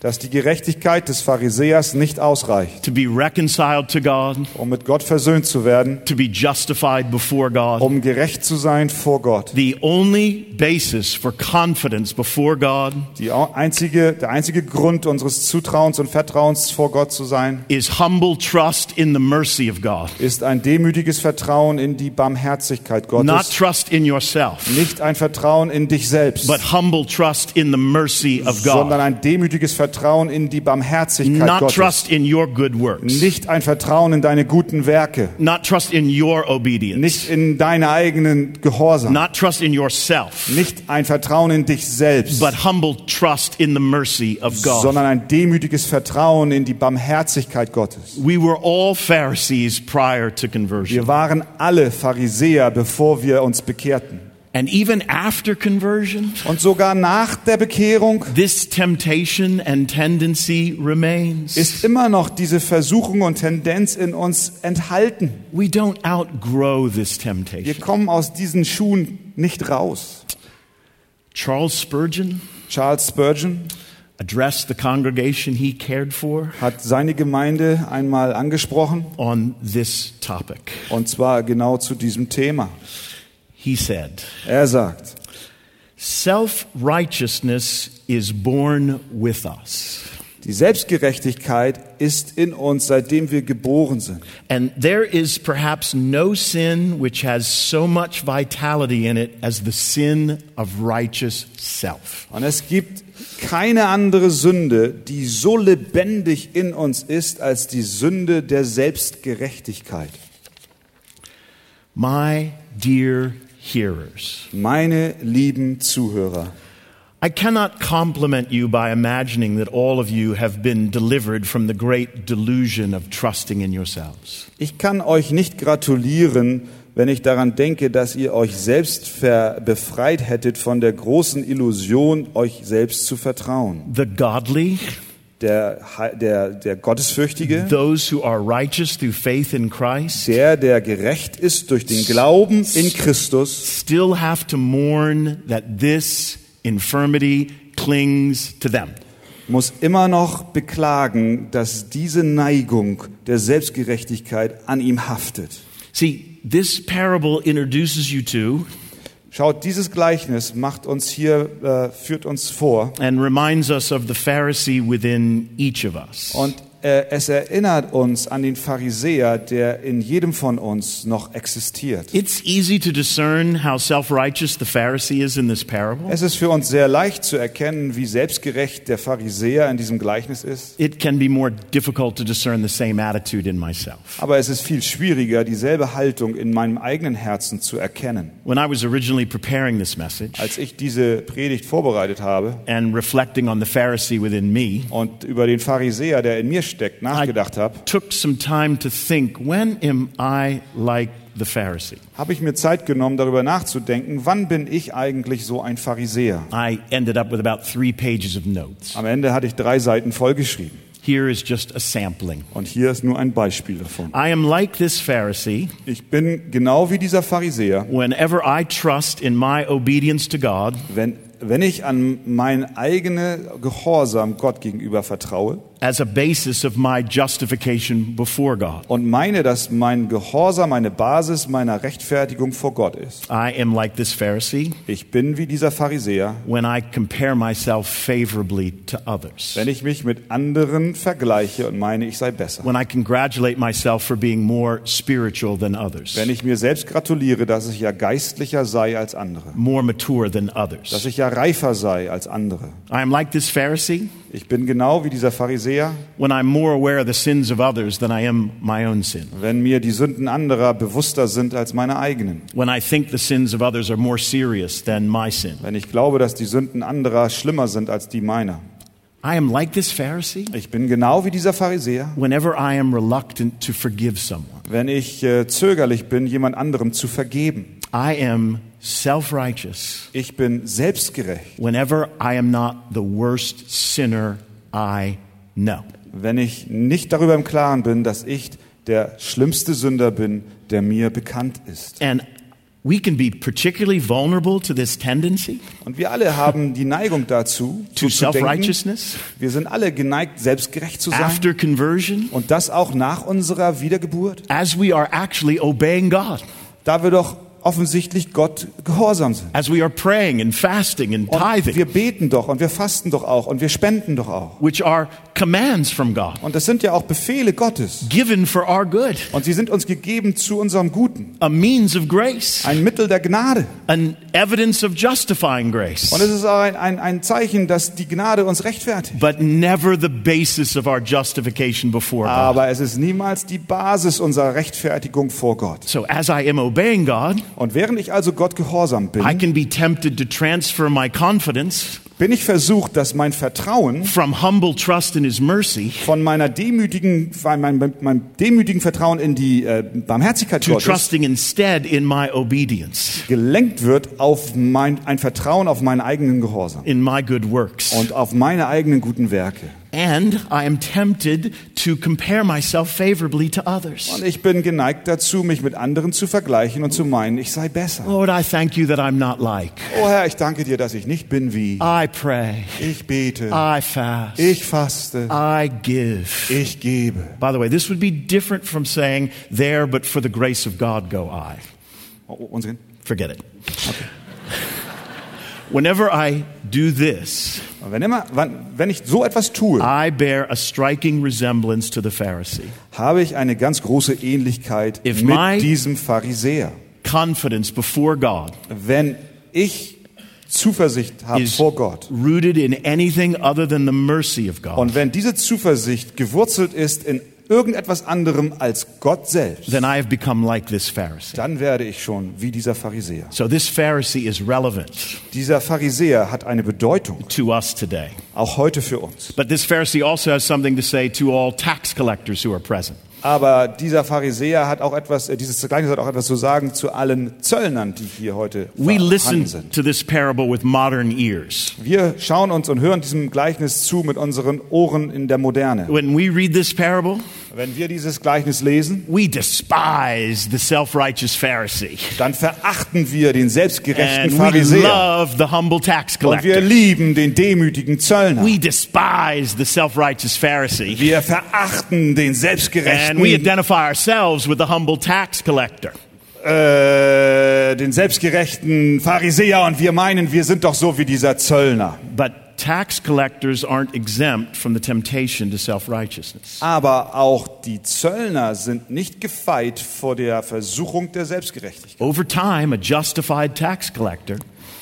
Speaker 2: dass die Gerechtigkeit des Pharisäers nicht ausreicht,
Speaker 1: to be reconciled to God.
Speaker 2: um mit Gott versöhnt zu werden,
Speaker 1: to be justified before God.
Speaker 2: um gerecht zu sein vor Gott.
Speaker 1: The only basis for confidence before God
Speaker 2: Die au- einzige, der einzige Grund unseres Zutrauens und Vertrauens vor Gott zu sein,
Speaker 1: is humble trust in the mercy of God,
Speaker 2: ist ein demütiges Vertrauen in die Barmherzigkeit Gottes.
Speaker 1: not trust in yourself,
Speaker 2: Nicht ein Vertrauen in dich selbst,
Speaker 1: but humble trust in the mercy of God,
Speaker 2: sondern ein demütiges Vertrauen in die Barmherzigkeit
Speaker 1: not
Speaker 2: Gottes.
Speaker 1: trust in your good works,
Speaker 2: Nicht ein Vertrauen in deine guten Werke,
Speaker 1: not trust in your obedience,
Speaker 2: nicht in deine eigenen Gehorsam,
Speaker 1: not trust in yourself,
Speaker 2: nicht ein Vertrauen in dich selbst,
Speaker 1: but humble trust in the mercy of God.
Speaker 2: sondern ein demütiges Vertrauen in die Barmherzigkeit Gottes.
Speaker 1: We were all Pharisees prior to conversion,
Speaker 2: Wir waren alle Pharisäer, bevor wir uns bekehrten.
Speaker 1: and even after conversion,
Speaker 2: Und sogar nach der Bekehrung
Speaker 1: This temptation and tendency remains.
Speaker 2: ist immer noch diese Versuchung und Tendenz in uns enthalten.
Speaker 1: We don't outgrow this
Speaker 2: Wir
Speaker 1: temptation.
Speaker 2: kommen aus diesen Schuhen nicht raus.
Speaker 1: Charles Spurgeon
Speaker 2: Charles Spurgeon
Speaker 1: addressed the congregation he cared for
Speaker 2: hat seine Gemeinde einmal angesprochen,
Speaker 1: on this topic.
Speaker 2: und zwar genau zu diesem Thema.
Speaker 1: He said,
Speaker 2: Er sagt,
Speaker 1: Self righteousness is born with us,
Speaker 2: Die Selbstgerechtigkeit ist in uns, seitdem wir geboren sind.
Speaker 1: And there is perhaps no sin which has so much vitality in it as the sin of righteous self.
Speaker 2: Und es gibt keine andere Sünde, die so lebendig in uns ist, als die Sünde der Selbstgerechtigkeit.
Speaker 1: My dear hearers,
Speaker 2: Meine lieben Zuhörer,
Speaker 1: I cannot compliment you by imagining that all of you have been delivered from the great delusion of trusting in yourselves.
Speaker 2: ich kann euch nicht gratulieren, wenn ich daran denke, dass ihr euch selbst ver befreit hättet von der großen Illusion, euch selbst zu vertrauen.
Speaker 1: The godly,
Speaker 2: Der, Hei- der, der Gottesfürchtige,
Speaker 1: those who are righteous through faith in Christ,
Speaker 2: der, der gerecht ist durch den Glauben in Christus,
Speaker 1: still have to mourn that this infirmity clings to them.
Speaker 2: muss immer noch beklagen, dass diese Neigung der Selbstgerechtigkeit an ihm haftet.
Speaker 1: See, this parable introduces you to
Speaker 2: Schaut, dieses Gleichnis macht uns hier, äh, führt uns vor
Speaker 1: and reminds us of the Pharisee within each of us.
Speaker 2: und äh, es erinnert uns an den Pharisäer, der in jedem von uns noch existiert.
Speaker 1: It's easy to discern how self righteous the Pharisee is in this parable.
Speaker 2: Es ist für uns sehr leicht zu erkennen, wie selbstgerecht der Pharisäer in diesem Gleichnis ist,
Speaker 1: It can be more difficult to discern the same attitude in myself.
Speaker 2: aber es ist viel schwieriger, dieselbe Haltung in meinem eigenen Herzen zu erkennen.
Speaker 1: When I was originally preparing this message
Speaker 2: Als ich diese Predigt vorbereitet habe,
Speaker 1: and reflecting on the Pharisee within me,
Speaker 2: und über den Pharisäer, der in mir steckt,
Speaker 1: I
Speaker 2: nachgedacht habe,
Speaker 1: took some time to think when am I like the Pharisee?
Speaker 2: habe ich mir Zeit genommen, darüber nachzudenken, wann bin ich eigentlich so ein Pharisäer?
Speaker 1: I ended up with about three pages of notes.
Speaker 2: Am Ende hatte ich drei Seiten vollgeschrieben.
Speaker 1: Here is just a sampling.
Speaker 2: Und hier ist nur ein Beispiel davon.
Speaker 1: I am like this Pharisee
Speaker 2: Ich bin genau wie dieser Pharisäer,
Speaker 1: whenever I trust in my obedience to God
Speaker 2: wenn, wenn ich an mein eigene Gehorsam Gott gegenüber vertraue
Speaker 1: as a basis of my justification before God.
Speaker 2: und meine, dass mein Gehorsam meine Basis meiner Rechtfertigung vor Gott ist.
Speaker 1: I am like this Pharisee
Speaker 2: Ich bin wie dieser Pharisäer,
Speaker 1: when I compare myself favorably to others.
Speaker 2: wenn ich mich mit anderen vergleiche und meine, ich sei besser.
Speaker 1: When I congratulate myself for being more spiritual than others,
Speaker 2: Wenn ich mir selbst gratuliere, dass ich ja geistlicher sei als andere,
Speaker 1: more mature than
Speaker 2: dass
Speaker 1: others.
Speaker 2: ich ja reifer sei als andere.
Speaker 1: I am like this Pharisee
Speaker 2: Ich bin genau wie dieser Pharisäer,
Speaker 1: when I'm more aware of the sins of others than I am my own sin.
Speaker 2: wenn mir die Sünden anderer bewusster sind als meine eigenen,
Speaker 1: When I think the sins of others are more serious than my sin.
Speaker 2: wenn ich glaube, dass die Sünden anderer schlimmer sind als die meiner.
Speaker 1: I am like this Pharisee
Speaker 2: Ich bin genau wie dieser Pharisäer,
Speaker 1: whenever I am reluctant to forgive someone.
Speaker 2: wenn ich äh, zögerlich bin, jemand anderem zu vergeben.
Speaker 1: I am self righteous
Speaker 2: Ich bin selbstgerecht,
Speaker 1: whenever I am not the worst sinner I know.
Speaker 2: wenn ich nicht darüber im Klaren bin, dass ich der schlimmste Sünder bin, der mir bekannt ist.
Speaker 1: And we can be particularly vulnerable to this tendency
Speaker 2: Und wir alle haben die Neigung dazu, so
Speaker 1: to
Speaker 2: zu
Speaker 1: self
Speaker 2: denken,
Speaker 1: righteousness
Speaker 2: Wir sind alle geneigt, selbstgerecht zu sein.
Speaker 1: after conversion
Speaker 2: und das auch nach unserer Wiedergeburt,
Speaker 1: as we are actually obeying God,
Speaker 2: da wir doch offensichtlich Gott gehorsam sind.
Speaker 1: as we are praying and fasting and
Speaker 2: Und wir
Speaker 1: tithing,
Speaker 2: beten doch und wir fasten doch auch und wir spenden doch auch.
Speaker 1: which are commands from God
Speaker 2: Und das sind ja auch Befehle Gottes.
Speaker 1: given for our good,
Speaker 2: Und sie sind uns gegeben zu unserem Guten.
Speaker 1: a means of grace.
Speaker 2: Ein Mittel der Gnade.
Speaker 1: an evidence of justifying grace,
Speaker 2: Und es ist auch ein, ein, ein Zeichen, dass die Gnade uns rechtfertigt.
Speaker 1: but never the basis of our justification before God.
Speaker 2: Aber es ist niemals die Basis unserer Rechtfertigung vor Gott.
Speaker 1: So, as I am obeying God,
Speaker 2: Und während ich also Gott gehorsam
Speaker 1: I
Speaker 2: bin,
Speaker 1: can be tempted to transfer my confidence
Speaker 2: bin ich versucht, dass mein Vertrauen
Speaker 1: from humble trust in His mercy
Speaker 2: von meiner demütigen, von meinem, meinem demütigen Vertrauen in die äh, Barmherzigkeit
Speaker 1: to
Speaker 2: Gottes
Speaker 1: trusting instead in my obedience,
Speaker 2: gelenkt wird auf mein, ein Vertrauen auf meinen eigenen Gehorsam
Speaker 1: in my good works.
Speaker 2: und auf meine eigenen guten Werke.
Speaker 1: And I am tempted to compare myself favorably to
Speaker 2: Und
Speaker 1: others.
Speaker 2: ich bin geneigt dazu, mich mit anderen zu vergleichen und zu meinen, ich sei besser.
Speaker 1: Lord, I thank you that I'm not like.
Speaker 2: Oh Herr, ich danke dir, dass ich nicht bin wie.
Speaker 1: I pray.
Speaker 2: Ich bete,
Speaker 1: I fast.
Speaker 2: ich faste,
Speaker 1: I give.
Speaker 2: ich gebe.
Speaker 1: By the way, this would be different from saying, There, but for the grace of God go I.
Speaker 2: Oh, oh, Unsinn.
Speaker 1: Forget it. Whenever I do this,
Speaker 2: Und Wenn, immer, wann, wenn ich so etwas tue,
Speaker 1: I bear a striking resemblance to the Pharisee.
Speaker 2: habe ich eine ganz große Ähnlichkeit
Speaker 1: If my-
Speaker 2: mit diesem Pharisäer.
Speaker 1: Confidence before God
Speaker 2: Wenn ich Zuversicht habe
Speaker 1: is
Speaker 2: vor Gott
Speaker 1: rooted in anything other than the mercy of God.
Speaker 2: und wenn diese Zuversicht gewurzelt ist in irgendetwas anderem als Gott selbst,
Speaker 1: Then I have become like this Pharisee.
Speaker 2: dann werde ich schon wie dieser Pharisäer.
Speaker 1: So this Pharisee is relevant
Speaker 2: Dieser Pharisäer hat eine Bedeutung,
Speaker 1: to us today.
Speaker 2: auch heute für uns.
Speaker 1: But this Pharisee also has something to say to all tax collectors who are present.
Speaker 2: Aber dieser Pharisäer hat auch etwas, äh, dieses Gleichnis hat auch etwas zu sagen zu allen Zöllnern, die hier heute
Speaker 1: We
Speaker 2: vorhanden
Speaker 1: listen
Speaker 2: sind.
Speaker 1: to this parable with modern ears.
Speaker 2: Wir schauen uns und hören diesem Gleichnis zu mit unseren Ohren in der Moderne.
Speaker 1: When we read this parable,
Speaker 2: Wenn wir dieses Gleichnis lesen,
Speaker 1: we despise the self righteous Pharisee
Speaker 2: dann verachten wir den selbstgerechten
Speaker 1: and we
Speaker 2: Pharisäer.
Speaker 1: love the humble tax
Speaker 2: Und wir
Speaker 1: collector.
Speaker 2: lieben den demütigen Zöllner.
Speaker 1: We despise the self righteous Pharisee
Speaker 2: Wir verachten den
Speaker 1: and we
Speaker 2: selbstgerechten,
Speaker 1: identify ourselves with the humble tax collector.
Speaker 2: äh, den selbstgerechten Pharisäer und wir meinen, wir sind doch so wie dieser Zöllner.
Speaker 1: But tax collectors aren't exempt from the temptation to self righteousness.
Speaker 2: Aber auch die Zöllner sind nicht gefeit vor der Versuchung der Selbstgerechtigkeit.
Speaker 1: Over time, a justified tax collector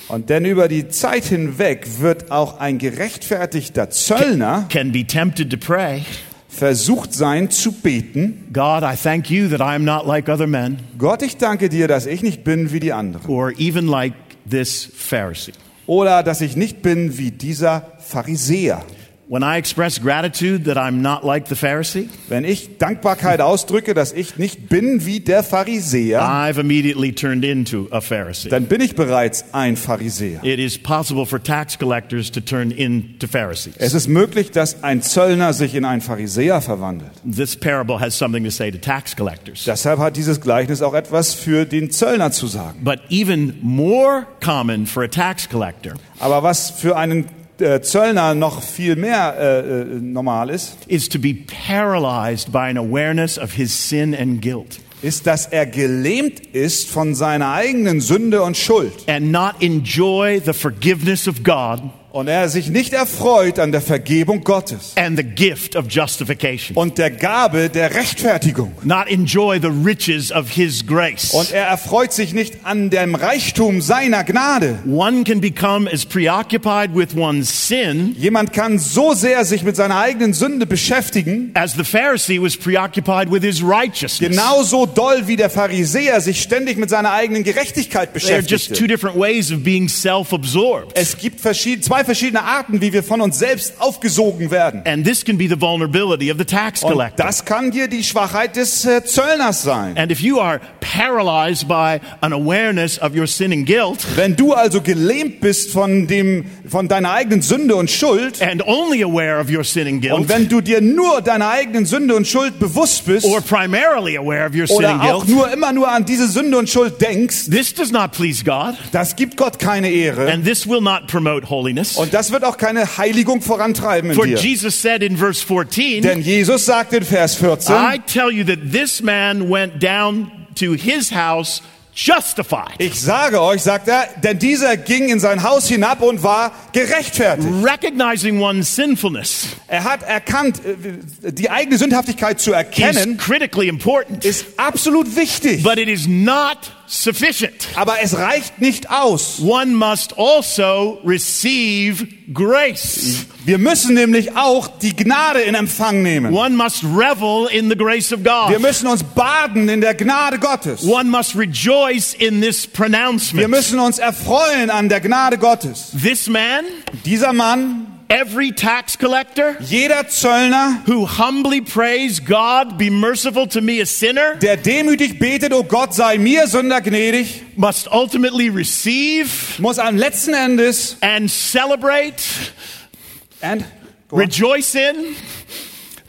Speaker 2: Und denn über die Zeit hinweg wird auch ein gerechtfertigter Zöllner
Speaker 1: can be tempted to pray,
Speaker 2: versucht sein zu beten,
Speaker 1: God, I thank you that I am not like other men
Speaker 2: Gott, ich danke dir, dass ich nicht bin wie die anderen.
Speaker 1: or even like this Pharisee.
Speaker 2: Oder dass ich nicht bin wie dieser Pharisäer.
Speaker 1: When I express gratitude that I'm not like the Pharisee,
Speaker 2: Wenn ich Dankbarkeit ausdrücke, dass ich nicht bin wie der Pharisäer,
Speaker 1: I've immediately turned into a Pharisee.
Speaker 2: dann bin ich bereits ein Pharisäer.
Speaker 1: It is possible for tax collectors to turn into Pharisees.
Speaker 2: Es ist möglich, dass ein Zöllner sich in einen Pharisäer verwandelt.
Speaker 1: This parable has something to say to tax collectors.
Speaker 2: Deshalb hat dieses Gleichnis auch etwas für den Zöllner zu sagen.
Speaker 1: But even more common for a tax collector
Speaker 2: Aber was für einen äh, Zöllner noch viel mehr äh, äh, normal ist,
Speaker 1: is to be paralyzed by an awareness of his sin and guilt
Speaker 2: ist, dass er gelähmt ist von seiner eigenen Sünde und Schuld
Speaker 1: and not enjoy the forgiveness of God
Speaker 2: und er sich nicht erfreut an der Vergebung Gottes
Speaker 1: and the gift of justification,
Speaker 2: und der Gabe der Rechtfertigung.
Speaker 1: not enjoy the riches of his grace.
Speaker 2: Und er erfreut sich nicht an dem Reichtum seiner Gnade.
Speaker 1: One can become as preoccupied with one's sin
Speaker 2: Jemand kann so sehr sich mit seiner eigenen Sünde beschäftigen,
Speaker 1: as the Pharisee was preoccupied with his righteousness.
Speaker 2: genauso doll wie der Pharisäer sich ständig mit seiner eigenen Gerechtigkeit
Speaker 1: There are just
Speaker 2: beschäftigt.
Speaker 1: two different ways of being self absorbed.
Speaker 2: Es gibt verschied zwei verschiedene Arten, wie wir von uns selbst aufgesogen werden.
Speaker 1: And this can be the vulnerability of the tax
Speaker 2: Und
Speaker 1: collector.
Speaker 2: das kann dir die Schwachheit des äh, Zöllners sein.
Speaker 1: And if you are paralyzed by an awareness of your sin and guilt,
Speaker 2: Wenn du also gelähmt bist von, dem, von deiner eigenen Sünde und Schuld
Speaker 1: and only aware of your sin and
Speaker 2: und
Speaker 1: guilt,
Speaker 2: wenn du dir nur deiner eigenen Sünde und Schuld bewusst bist
Speaker 1: or primarily aware of your sin and
Speaker 2: oder auch
Speaker 1: guilt,
Speaker 2: nur immer nur an diese Sünde und Schuld denkst,
Speaker 1: this does not please God,
Speaker 2: das gibt Gott keine Ehre
Speaker 1: and this will not promote holiness.
Speaker 2: und das wird auch keine Heiligung vorantreiben in
Speaker 1: For
Speaker 2: dir.
Speaker 1: Jesus said in verse 14,
Speaker 2: Denn Jesus sagt in Vers 14,
Speaker 1: I tell you that this man went down to his house justified,
Speaker 2: ich sage euch, sagt er, denn dieser ging in sein Haus hinab und war gerechtfertigt.
Speaker 1: Mhm. recognizing one's sinfulness.
Speaker 2: Er hat erkannt, äh, die eigene Sündhaftigkeit zu
Speaker 1: Is
Speaker 2: erkennen,
Speaker 1: critically important,
Speaker 2: ist absolut wichtig.
Speaker 1: but it is not sufficient.
Speaker 2: Aber es reicht nicht aus.
Speaker 1: one must also receive grace.
Speaker 2: Wir müssen nämlich auch die Gnade in Empfang nehmen.
Speaker 1: One must revel in the grace of
Speaker 2: Wir
Speaker 1: God.
Speaker 2: müssen uns baden in der Gnade Gottes.
Speaker 1: One must rejoice in this
Speaker 2: Wir
Speaker 1: pronouncement.
Speaker 2: müssen uns erfreuen an der Gnade Gottes.
Speaker 1: This man,
Speaker 2: Dieser Mann,
Speaker 1: every tax collector
Speaker 2: jeder Zöllner,
Speaker 1: who humbly prays, God, be merciful to me, a sinner,
Speaker 2: der demütig betet, oh Gott, sei mir Sünder gnädig,
Speaker 1: must ultimately receive
Speaker 2: muss am letzten Endes
Speaker 1: and celebrate,
Speaker 2: and,
Speaker 1: rejoice in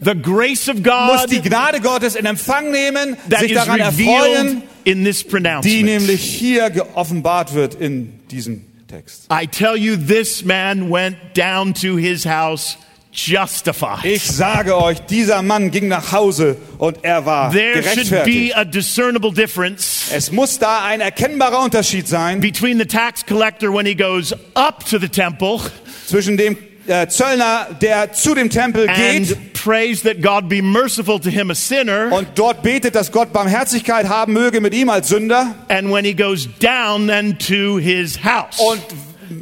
Speaker 1: the grace of
Speaker 2: muss
Speaker 1: God
Speaker 2: die Gnade Gottes in Empfang nehmen,
Speaker 1: that
Speaker 2: sich
Speaker 1: is
Speaker 2: daran erfreuen
Speaker 1: revealed in this
Speaker 2: die
Speaker 1: pronouncement.
Speaker 2: nämlich hier geoffenbart wird in diesem Text.
Speaker 1: I tell you, this man went down to his house justified.
Speaker 2: Ich sage euch, dieser Mann ging nach Hause und er war
Speaker 1: There should be
Speaker 2: gerechtfertigt.
Speaker 1: a discernible difference
Speaker 2: Es muss da ein erkennbarer Unterschied sein
Speaker 1: between the tax collector when he goes up to the temple
Speaker 2: zwischen dem äh, Zöllner, der zu dem Tempel geht
Speaker 1: and prays that God be merciful to him, a sinner,
Speaker 2: und dort betet, dass Gott Barmherzigkeit haben möge mit ihm als Sünder
Speaker 1: and when he goes down and to his house.
Speaker 2: und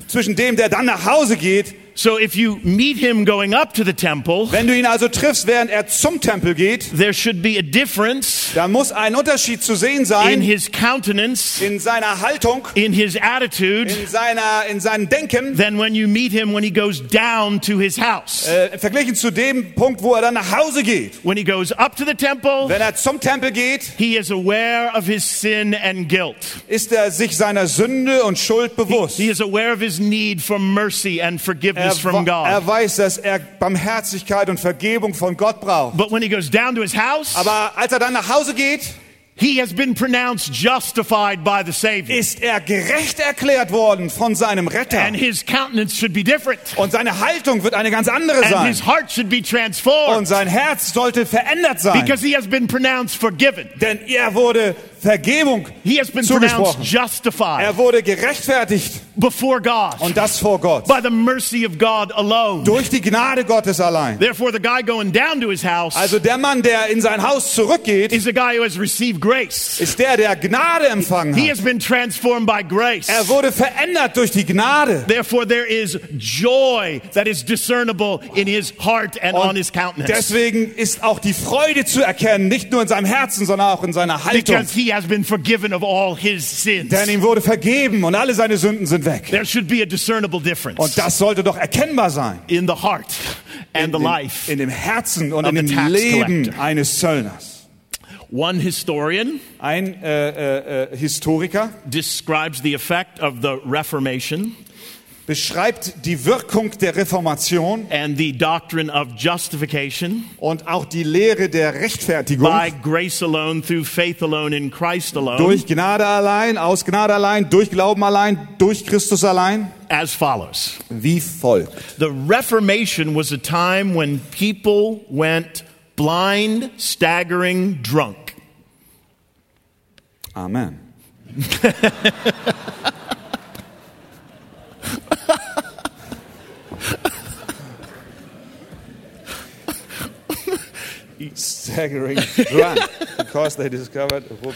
Speaker 2: zwischen dem, der dann nach Hause geht.
Speaker 1: So if you meet him going up to the temple,
Speaker 2: Wenn du ihn also triffst, während er zum Tempel geht,
Speaker 1: there should be a difference
Speaker 2: dann muss ein Unterschied zu sehen
Speaker 1: in
Speaker 2: sein
Speaker 1: his countenance,
Speaker 2: in seiner Haltung,
Speaker 1: in his attitude,
Speaker 2: in, seiner, in seinem Denken,
Speaker 1: than when you meet him when he goes down to his house.
Speaker 2: äh, verglichen zu dem Punkt, wo er dann nach Hause geht.
Speaker 1: When he goes up to the temple,
Speaker 2: Wenn er zum Tempel geht,
Speaker 1: he is aware of his sin and guilt.
Speaker 2: ist er sich seiner Sünde und Schuld bewusst.
Speaker 1: He is aware of his need for mercy and
Speaker 2: Er,
Speaker 1: forgiveness from
Speaker 2: wa- er
Speaker 1: God.
Speaker 2: weiß, dass er Barmherzigkeit und Vergebung von Gott braucht.
Speaker 1: But when he goes down to his house,
Speaker 2: Aber als er dann nach Hause geht,
Speaker 1: he has been pronounced justified by the Savior.
Speaker 2: ist er gerecht erklärt worden von seinem Retter.
Speaker 1: And his countenance should be different.
Speaker 2: Und seine Haltung wird eine ganz andere
Speaker 1: And his
Speaker 2: sein.
Speaker 1: heart should be
Speaker 2: Und
Speaker 1: transformed
Speaker 2: sein Herz sollte verändert sein.
Speaker 1: because he has been pronounced forgiven.
Speaker 2: Denn er wurde Vergebung
Speaker 1: He has been pronounced
Speaker 2: zugesprochen.
Speaker 1: justified
Speaker 2: Er wurde gerechtfertigt
Speaker 1: before God
Speaker 2: und das vor Gott.
Speaker 1: by the mercy of God alone.
Speaker 2: Durch die Gnade Gottes allein.
Speaker 1: Therefore, the guy going down to his house
Speaker 2: Also der Mann, der in sein Haus zurückgeht,
Speaker 1: is a guy who has received grace.
Speaker 2: ist der, der Gnade empfangen
Speaker 1: He
Speaker 2: hat.
Speaker 1: has been transformed by grace.
Speaker 2: Er wurde verändert durch die Gnade.
Speaker 1: Therefore, there is joy that is discernible in his heart and on his countenance
Speaker 2: Deswegen ist auch die Freude zu erkennen, nicht nur in seinem Herzen, sondern auch in seiner Haltung.
Speaker 1: because he has been forgiven of all his sins.
Speaker 2: Denn ihm wurde vergeben und alle seine Sünden sind weg.
Speaker 1: There should be a discernible difference
Speaker 2: Und das sollte doch erkennbar sein.
Speaker 1: in the heart and the
Speaker 2: in,
Speaker 1: life.
Speaker 2: in dem Herzen und
Speaker 1: of
Speaker 2: in dem
Speaker 1: the tax
Speaker 2: Leben
Speaker 1: collector.
Speaker 2: eines Zöllners.
Speaker 1: One historian
Speaker 2: Ein äh, äh, äh, Historiker
Speaker 1: describes the effect of the Reformation
Speaker 2: beschreibt die Wirkung der Reformation
Speaker 1: and the doctrine of justification
Speaker 2: und auch die Lehre der Rechtfertigung
Speaker 1: by grace alone, through faith alone, in Christ alone,
Speaker 2: durch Gnade allein, aus Gnade allein, durch Glauben allein, durch Christus allein
Speaker 1: as follows.
Speaker 2: wie folgt.
Speaker 1: The Reformation was a time when people went blind, staggering, drunk.
Speaker 2: Amen. *laughs* Staggering drunk, because they discovered a whoop.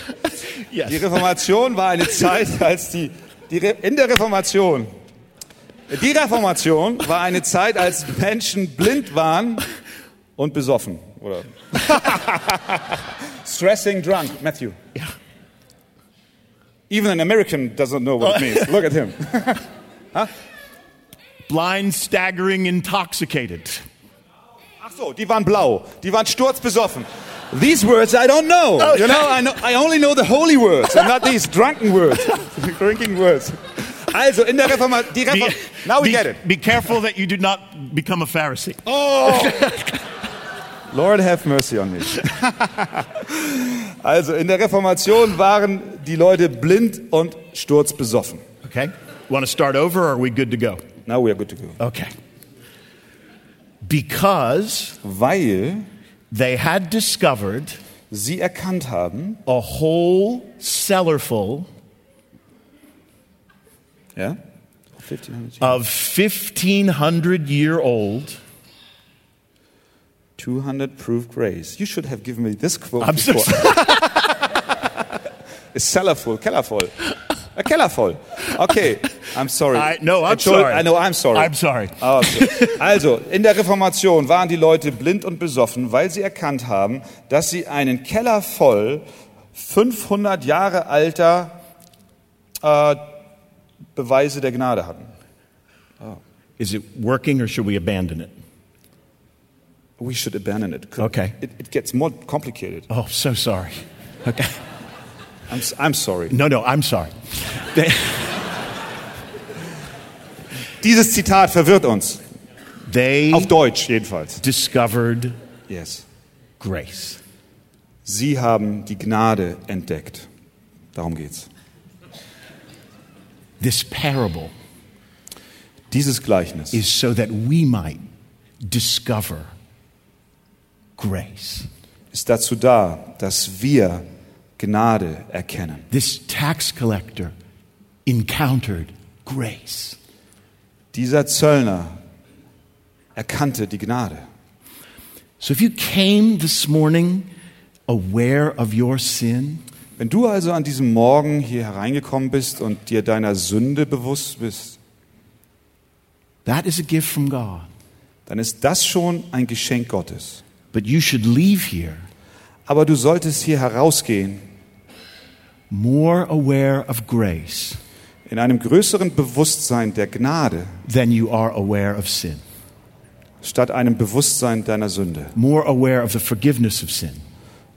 Speaker 2: Die Reformation war eine Zeit, als die, die Re in der Reformation, die Reformation war eine Zeit, als Menschen blind waren und besoffen. Oder Stressing drunk, Matthew. Even an American doesn't know what it means. Look at him.
Speaker 1: Blind, staggering, intoxicated.
Speaker 2: Ach so, die waren blau, die waren sturzbesoffen. These words I don't know. you know, I know, I only know the holy words and not these drunken words, *laughs* drinking words. Also in der Reformation, die
Speaker 1: Be,
Speaker 2: Reform Oh, Now we
Speaker 1: be-
Speaker 2: get it. Oh.
Speaker 1: be careful that you do not become a Pharisee.
Speaker 2: Lord have mercy on me. *laughs* also in der Reformation waren die Leute blind und sturzbesoffen.
Speaker 1: Okay? Want to start over or are we good to go?
Speaker 2: Now we are good to go.
Speaker 1: Okay. Because
Speaker 2: Weil
Speaker 1: they had discovered
Speaker 2: sie erkannt haben,
Speaker 1: a whole cellarful
Speaker 2: ja,
Speaker 1: of 1500 year old
Speaker 2: 200 proof grace. You should have given me this quote
Speaker 1: I'm so
Speaker 2: before. *laughs* Ist cellar full, Keller voll. A Keller voll. Okay, I'm sorry.
Speaker 1: I- no, I'm
Speaker 2: Entschuld-
Speaker 1: sorry.
Speaker 2: I know, I'm sorry.
Speaker 1: I'm sorry.
Speaker 2: Ah, okay. Also, in der Reformation waren die Leute blind und besoffen, weil sie erkannt haben, dass sie einen Keller voll 500 Jahre alter äh, Beweise der Gnade hatten.
Speaker 1: Is it working or should we abandon it?
Speaker 2: We should abandon it.
Speaker 1: Okay.
Speaker 2: It, it gets more complicated.
Speaker 1: Oh, so sorry. Okay.
Speaker 2: I'm, s- I'm sorry.
Speaker 1: No, no, I'm sorry.
Speaker 2: Dieses Zitat verwirrt uns.
Speaker 1: They
Speaker 2: Auf Deutsch jedenfalls.
Speaker 1: discovered
Speaker 2: Yes.
Speaker 1: grace.
Speaker 2: Sie haben die Gnade entdeckt. Darum geht's.
Speaker 1: This parable
Speaker 2: Dieses Gleichnis
Speaker 1: is so that we might discover grace.
Speaker 2: ist dazu da, dass wir Gnade erkennen.
Speaker 1: This tax collector encountered grace.
Speaker 2: Dieser Zöllner erkannte die Gnade.
Speaker 1: So if you came this morning aware of your sin,
Speaker 2: Wenn du also an diesem Morgen hier hereingekommen bist und dir deiner Sünde bewusst bist,
Speaker 1: that is a gift from God.
Speaker 2: dann ist das schon ein Geschenk Gottes.
Speaker 1: But you should leave here
Speaker 2: Aber du solltest hier herausgehen
Speaker 1: more aware of grace
Speaker 2: in einem größeren Bewusstsein der Gnade
Speaker 1: than you are aware of sin,
Speaker 2: statt einem Bewusstsein deiner Sünde.
Speaker 1: more aware of the forgiveness of sin.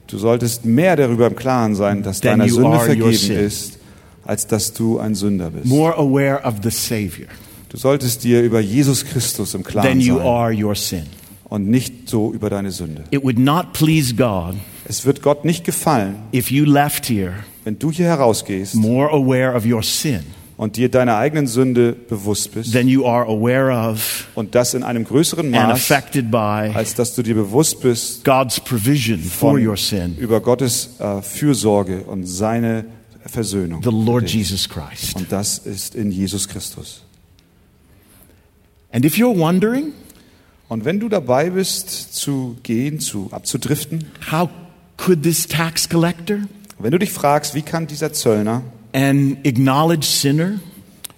Speaker 2: Du solltest mehr darüber im Klaren sein, dass
Speaker 1: Then
Speaker 2: deiner
Speaker 1: you
Speaker 2: Sünde
Speaker 1: are your
Speaker 2: vergeben
Speaker 1: sin.
Speaker 2: ist, als dass du ein Sünder bist.
Speaker 1: more aware of the Savior
Speaker 2: Du solltest dir über Jesus Christus im
Speaker 1: than
Speaker 2: Klaren
Speaker 1: you
Speaker 2: sein
Speaker 1: are your sin.
Speaker 2: und nicht so über deine Sünde.
Speaker 1: It would not please God
Speaker 2: Es wird Gott nicht gefallen,
Speaker 1: if you left here
Speaker 2: wenn du hier herausgehst
Speaker 1: more aware of your sin
Speaker 2: und dir deiner eigenen Sünde bewusst bist
Speaker 1: than you are aware of
Speaker 2: und das in einem größeren
Speaker 1: and
Speaker 2: Maß,
Speaker 1: affected by
Speaker 2: als dass du dir bewusst bist
Speaker 1: God's provision for
Speaker 2: von
Speaker 1: your sin,
Speaker 2: über Gottes äh, Fürsorge und seine Versöhnung.
Speaker 1: the Lord
Speaker 2: für dich.
Speaker 1: Jesus Christ.
Speaker 2: Und das ist in Jesus Christus.
Speaker 1: And if you're wondering,
Speaker 2: Und wenn du dabei bist, zu gehen, zu abzudriften,
Speaker 1: how could this tax collector
Speaker 2: wenn du dich fragst, wie kann dieser Zöllner
Speaker 1: and acknowledged sinner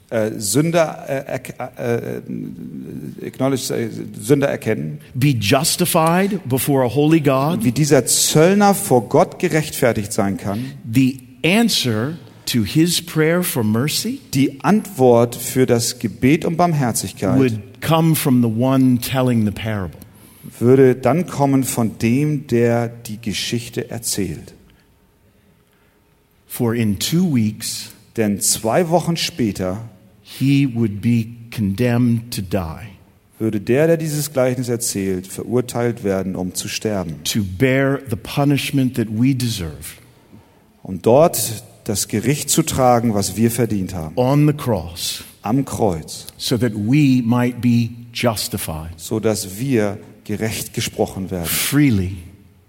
Speaker 2: äh, Sünder, äh, erk- äh, äh, acknowledge, äh, Sünder erkennen,
Speaker 1: be justified before a holy God?
Speaker 2: wie dieser Zöllner vor Gott gerechtfertigt sein kann,
Speaker 1: The answer to his prayer for mercy
Speaker 2: die Antwort für das Gebet um Barmherzigkeit
Speaker 1: would come from the one telling the parable.
Speaker 2: würde dann kommen von dem, der die Geschichte erzählt.
Speaker 1: For in two weeks,
Speaker 2: Denn zwei Wochen später
Speaker 1: he would be condemned to die,
Speaker 2: würde der, der dieses Gleichnis erzählt, verurteilt werden, um zu sterben.
Speaker 1: to bear the punishment that we deserve
Speaker 2: Um dort das Gericht zu tragen, was wir verdient haben,
Speaker 1: on the cross,
Speaker 2: am Kreuz,
Speaker 1: so that we might be justified
Speaker 2: so dass wir gerecht gesprochen werden,
Speaker 1: freely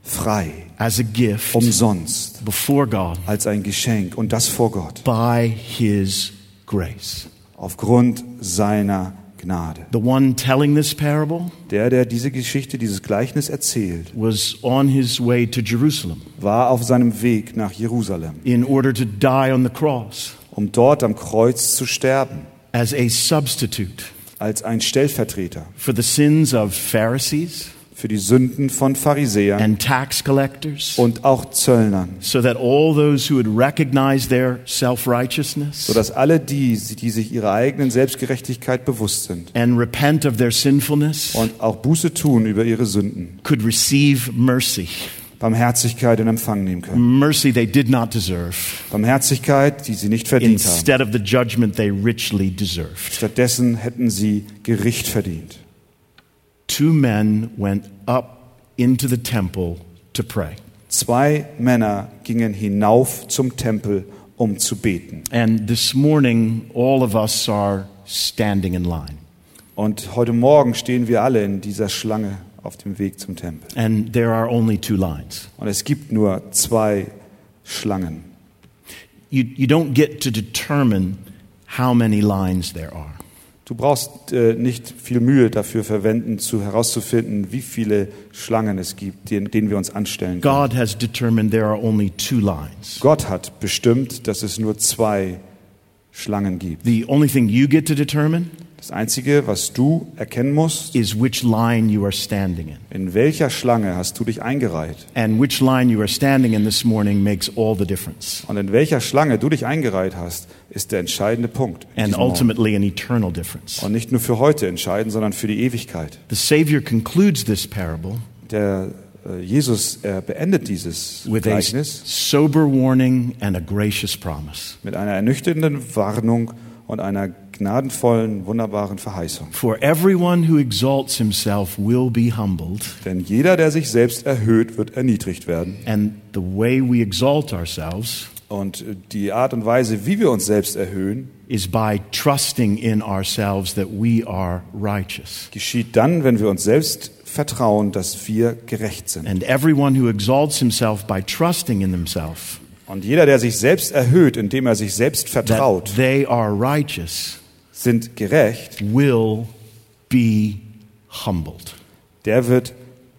Speaker 2: frei,
Speaker 1: as a gift
Speaker 2: umsonst,
Speaker 1: before God
Speaker 2: als ein Geschenk und das vor Gott,
Speaker 1: by his grace.
Speaker 2: aufgrund seiner Gnade.
Speaker 1: The one telling this parable
Speaker 2: Der, der diese Geschichte, dieses Gleichnis erzählt,
Speaker 1: was on his way to Jerusalem
Speaker 2: war auf seinem Weg nach Jerusalem,
Speaker 1: in order to die on the cross
Speaker 2: um dort am Kreuz zu sterben,
Speaker 1: as a substitute
Speaker 2: als ein Stellvertreter
Speaker 1: for the sins of Pharisees
Speaker 2: für die Sünden von Pharisäern
Speaker 1: and tax collectors.
Speaker 2: und auch Zöllnern,
Speaker 1: so that all those who would recognize their self righteousness
Speaker 2: sodass alle die, die sich ihrer eigenen Selbstgerechtigkeit bewusst sind
Speaker 1: and repent of their sinfulness
Speaker 2: und auch Buße tun über ihre Sünden,
Speaker 1: could receive mercy.
Speaker 2: Barmherzigkeit in Empfang nehmen können.
Speaker 1: Mercy they did not deserve
Speaker 2: Barmherzigkeit, die sie nicht verdient haben.
Speaker 1: instead of the judgment they richly deserved.
Speaker 2: Stattdessen hätten sie Gericht verdient.
Speaker 1: Two men went up into the temple to pray.
Speaker 2: Zwei Männer gingen hinauf zum Tempel, um zu beten.
Speaker 1: And this morning, all of us are standing in line.
Speaker 2: Und heute Morgen stehen wir alle in dieser Schlange auf dem Weg zum Tempel.
Speaker 1: And there are only two lines.
Speaker 2: Und es gibt nur zwei Schlangen.
Speaker 1: You, you don't get to determine how many lines there are.
Speaker 2: Du brauchst äh, nicht viel Mühe dafür verwenden, zu herauszufinden, wie viele Schlangen es gibt, denen, denen wir uns anstellen können.
Speaker 1: God has determined there are only two lines.
Speaker 2: Gott hat bestimmt, dass es nur zwei Schlangen gibt.
Speaker 1: The only thing you get to determine
Speaker 2: Das Einzige, was du erkennen musst,
Speaker 1: is which line you are standing in.
Speaker 2: in welcher Schlange hast du dich eingereiht?
Speaker 1: And which line you are standing in this morning makes all the difference,
Speaker 2: Und in welcher Schlange du dich eingereiht hast, ist der entscheidende Punkt. in
Speaker 1: and
Speaker 2: diesem Morgen.
Speaker 1: ultimately an eternal difference.
Speaker 2: Und nicht nur für heute entscheiden, sondern für die Ewigkeit.
Speaker 1: The Savior concludes this parable
Speaker 2: Der äh, Jesus er beendet dieses
Speaker 1: with a
Speaker 2: Gleichnis
Speaker 1: sober warning and a gracious promise.
Speaker 2: mit einer ernüchternden Warnung und einer gnadenvollen, wunderbaren Verheißung.
Speaker 1: For everyone who exalts himself will be humbled,
Speaker 2: Denn jeder, der sich selbst erhöht, wird erniedrigt werden.
Speaker 1: and the way we exalt ourselves
Speaker 2: Und die Art und Weise, wie wir uns selbst erhöhen,
Speaker 1: is by trusting in ourselves that we are righteous.
Speaker 2: geschieht dann, wenn wir uns selbst vertrauen, dass wir gerecht sind.
Speaker 1: And everyone who exalts himself by trusting in themselves
Speaker 2: Und jeder, der sich selbst erhöht, indem er sich selbst
Speaker 1: that
Speaker 2: vertraut,
Speaker 1: they are righteous
Speaker 2: sind gerecht,
Speaker 1: will be humbled.
Speaker 2: der wird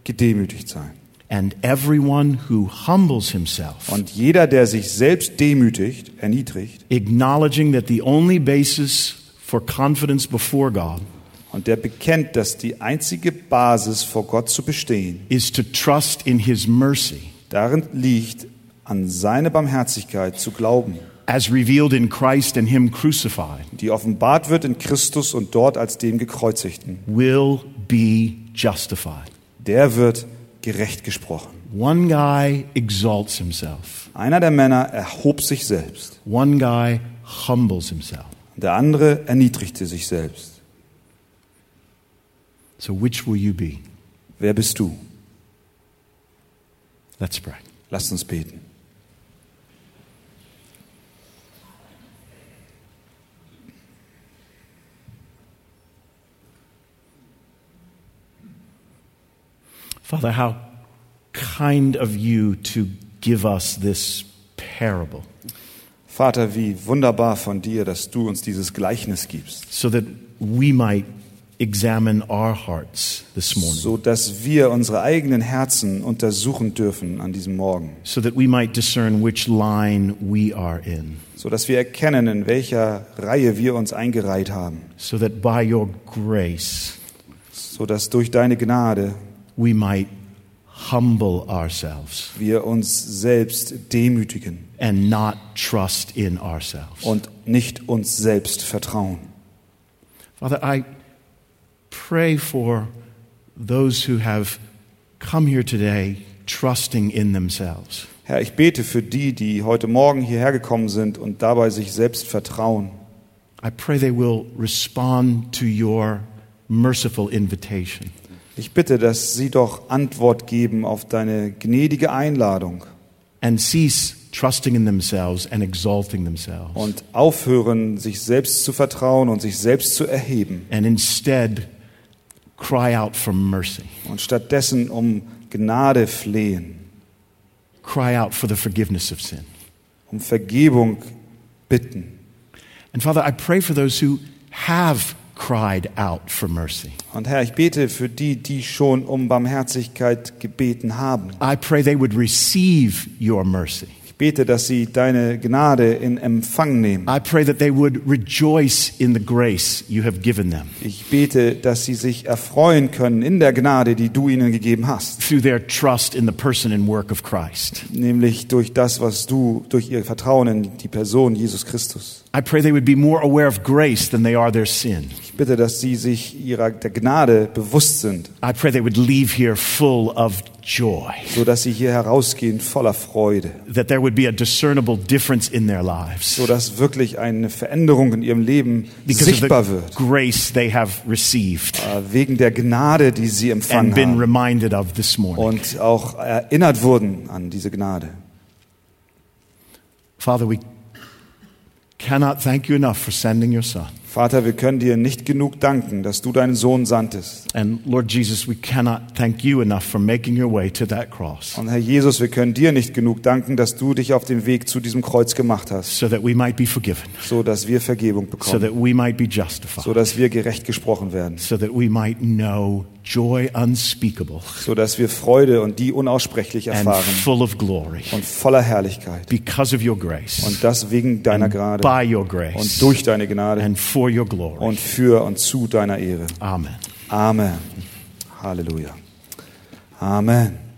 Speaker 2: gedemütigt sein.
Speaker 1: And everyone who humbles himself,
Speaker 2: Und jeder, der sich selbst demütigt, erniedrigt,
Speaker 1: acknowledging that the only basis for confidence before God
Speaker 2: und der bekennt, dass die einzige Basis vor Gott zu bestehen,
Speaker 1: is to trust in his mercy
Speaker 2: darin liegt, an seine Barmherzigkeit zu glauben,
Speaker 1: as revealed in Christ and him crucified,
Speaker 2: die offenbart wird in Christus und dort als dem Gekreuzigten.
Speaker 1: will be justified.
Speaker 2: Der wird gerecht gesprochen.
Speaker 1: One guy exalts himself.
Speaker 2: Einer der Männer erhob sich selbst,
Speaker 1: One guy humbles himself.
Speaker 2: der andere erniedrigte sich selbst.
Speaker 1: So, which will you be?
Speaker 2: Wer bist du?
Speaker 1: Let's pray.
Speaker 2: Lasst uns beten.
Speaker 1: Father, how kind of you to give us this parable
Speaker 2: Vater, wie wunderbar von dir, dass du uns dieses Gleichnis gibst,
Speaker 1: so that we might examine our hearts this morning,
Speaker 2: so dass wir unsere eigenen Herzen untersuchen dürfen an diesem Morgen,
Speaker 1: so that we might discern which line we are in,
Speaker 2: so dass wir erkennen, in welcher Reihe wir uns eingereiht haben,
Speaker 1: so that by your grace
Speaker 2: so dass durch deine Gnade
Speaker 1: we might humble ourselves
Speaker 2: wir uns selbst demütigen
Speaker 1: and not trust in ourselves.
Speaker 2: und nicht uns selbst vertrauen.
Speaker 1: Father, I pray for those who have come here today trusting in themselves.
Speaker 2: Herr, ich bete für die, die heute Morgen hierher gekommen sind und dabei sich selbst vertrauen.
Speaker 1: I pray they will respond to your merciful invitation
Speaker 2: Ich bitte, dass sie doch Antwort geben auf deine gnädige Einladung
Speaker 1: and cease trusting in themselves and exalting themselves,
Speaker 2: und aufhören, sich selbst zu vertrauen und sich selbst zu erheben
Speaker 1: and instead cry out for mercy,
Speaker 2: und stattdessen um Gnade flehen,
Speaker 1: cry out for the forgiveness of sin.
Speaker 2: um Vergebung bitten.
Speaker 1: And Father, I pray for those who have cried out for mercy.
Speaker 2: Und Herr, ich bete für die, die schon um Barmherzigkeit gebeten haben.
Speaker 1: I pray they would receive your mercy.
Speaker 2: Ich bete, dass sie deine Gnade in Empfang nehmen.
Speaker 1: I pray that they would rejoice in the grace you have given them
Speaker 2: Ich bete, dass sie sich erfreuen können in der Gnade, die du ihnen gegeben hast,
Speaker 1: through their trust in the person and work of Christ.
Speaker 2: nämlich durch das, was du, durch ihr Vertrauen in die Person Jesus Christus.
Speaker 1: I pray they would be more aware of grace than they are their sin.
Speaker 2: Ich bitte, dass sie sich ihrer der Gnade bewusst sind,
Speaker 1: I pray they would leave here full of joy,
Speaker 2: so dass sie hier herausgehen voller Freude,
Speaker 1: that there would be a discernible difference in their lives
Speaker 2: so dass wirklich eine Veränderung in ihrem Leben
Speaker 1: because of
Speaker 2: sichtbar
Speaker 1: the
Speaker 2: wird,
Speaker 1: grace they have received
Speaker 2: äh, wegen der Gnade, die sie
Speaker 1: and
Speaker 2: empfangen
Speaker 1: been
Speaker 2: haben
Speaker 1: reminded of this morning.
Speaker 2: und auch erinnert wurden an diese Gnade.
Speaker 1: Father, we cannot thank you enough for sending your Son.
Speaker 2: Vater, wir können dir nicht genug danken, dass du deinen Sohn sandtest.
Speaker 1: And Lord Jesus, we cannot thank you enough for making your way to that cross.
Speaker 2: Und Herr Jesus, wir können dir nicht genug danken, dass du dich auf den Weg zu diesem Kreuz gemacht hast,
Speaker 1: so that we might be forgiven,
Speaker 2: so dass wir Vergebung
Speaker 1: so
Speaker 2: bekommen,
Speaker 1: that we might be justified,
Speaker 2: so dass wir gerecht gesprochen werden,
Speaker 1: so that we might know joy unspeakable
Speaker 2: so dass wir Freude und die unaussprechlich
Speaker 1: and
Speaker 2: erfahren
Speaker 1: full of glory
Speaker 2: und voller Herrlichkeit.
Speaker 1: because of your grace,
Speaker 2: Und das wegen deiner Gnade
Speaker 1: by your
Speaker 2: und
Speaker 1: grace,
Speaker 2: durch deine Gnade
Speaker 1: and for your glory.
Speaker 2: und für und zu deiner Ehre.
Speaker 1: Amen.
Speaker 2: Amen. Halleluja. Amen.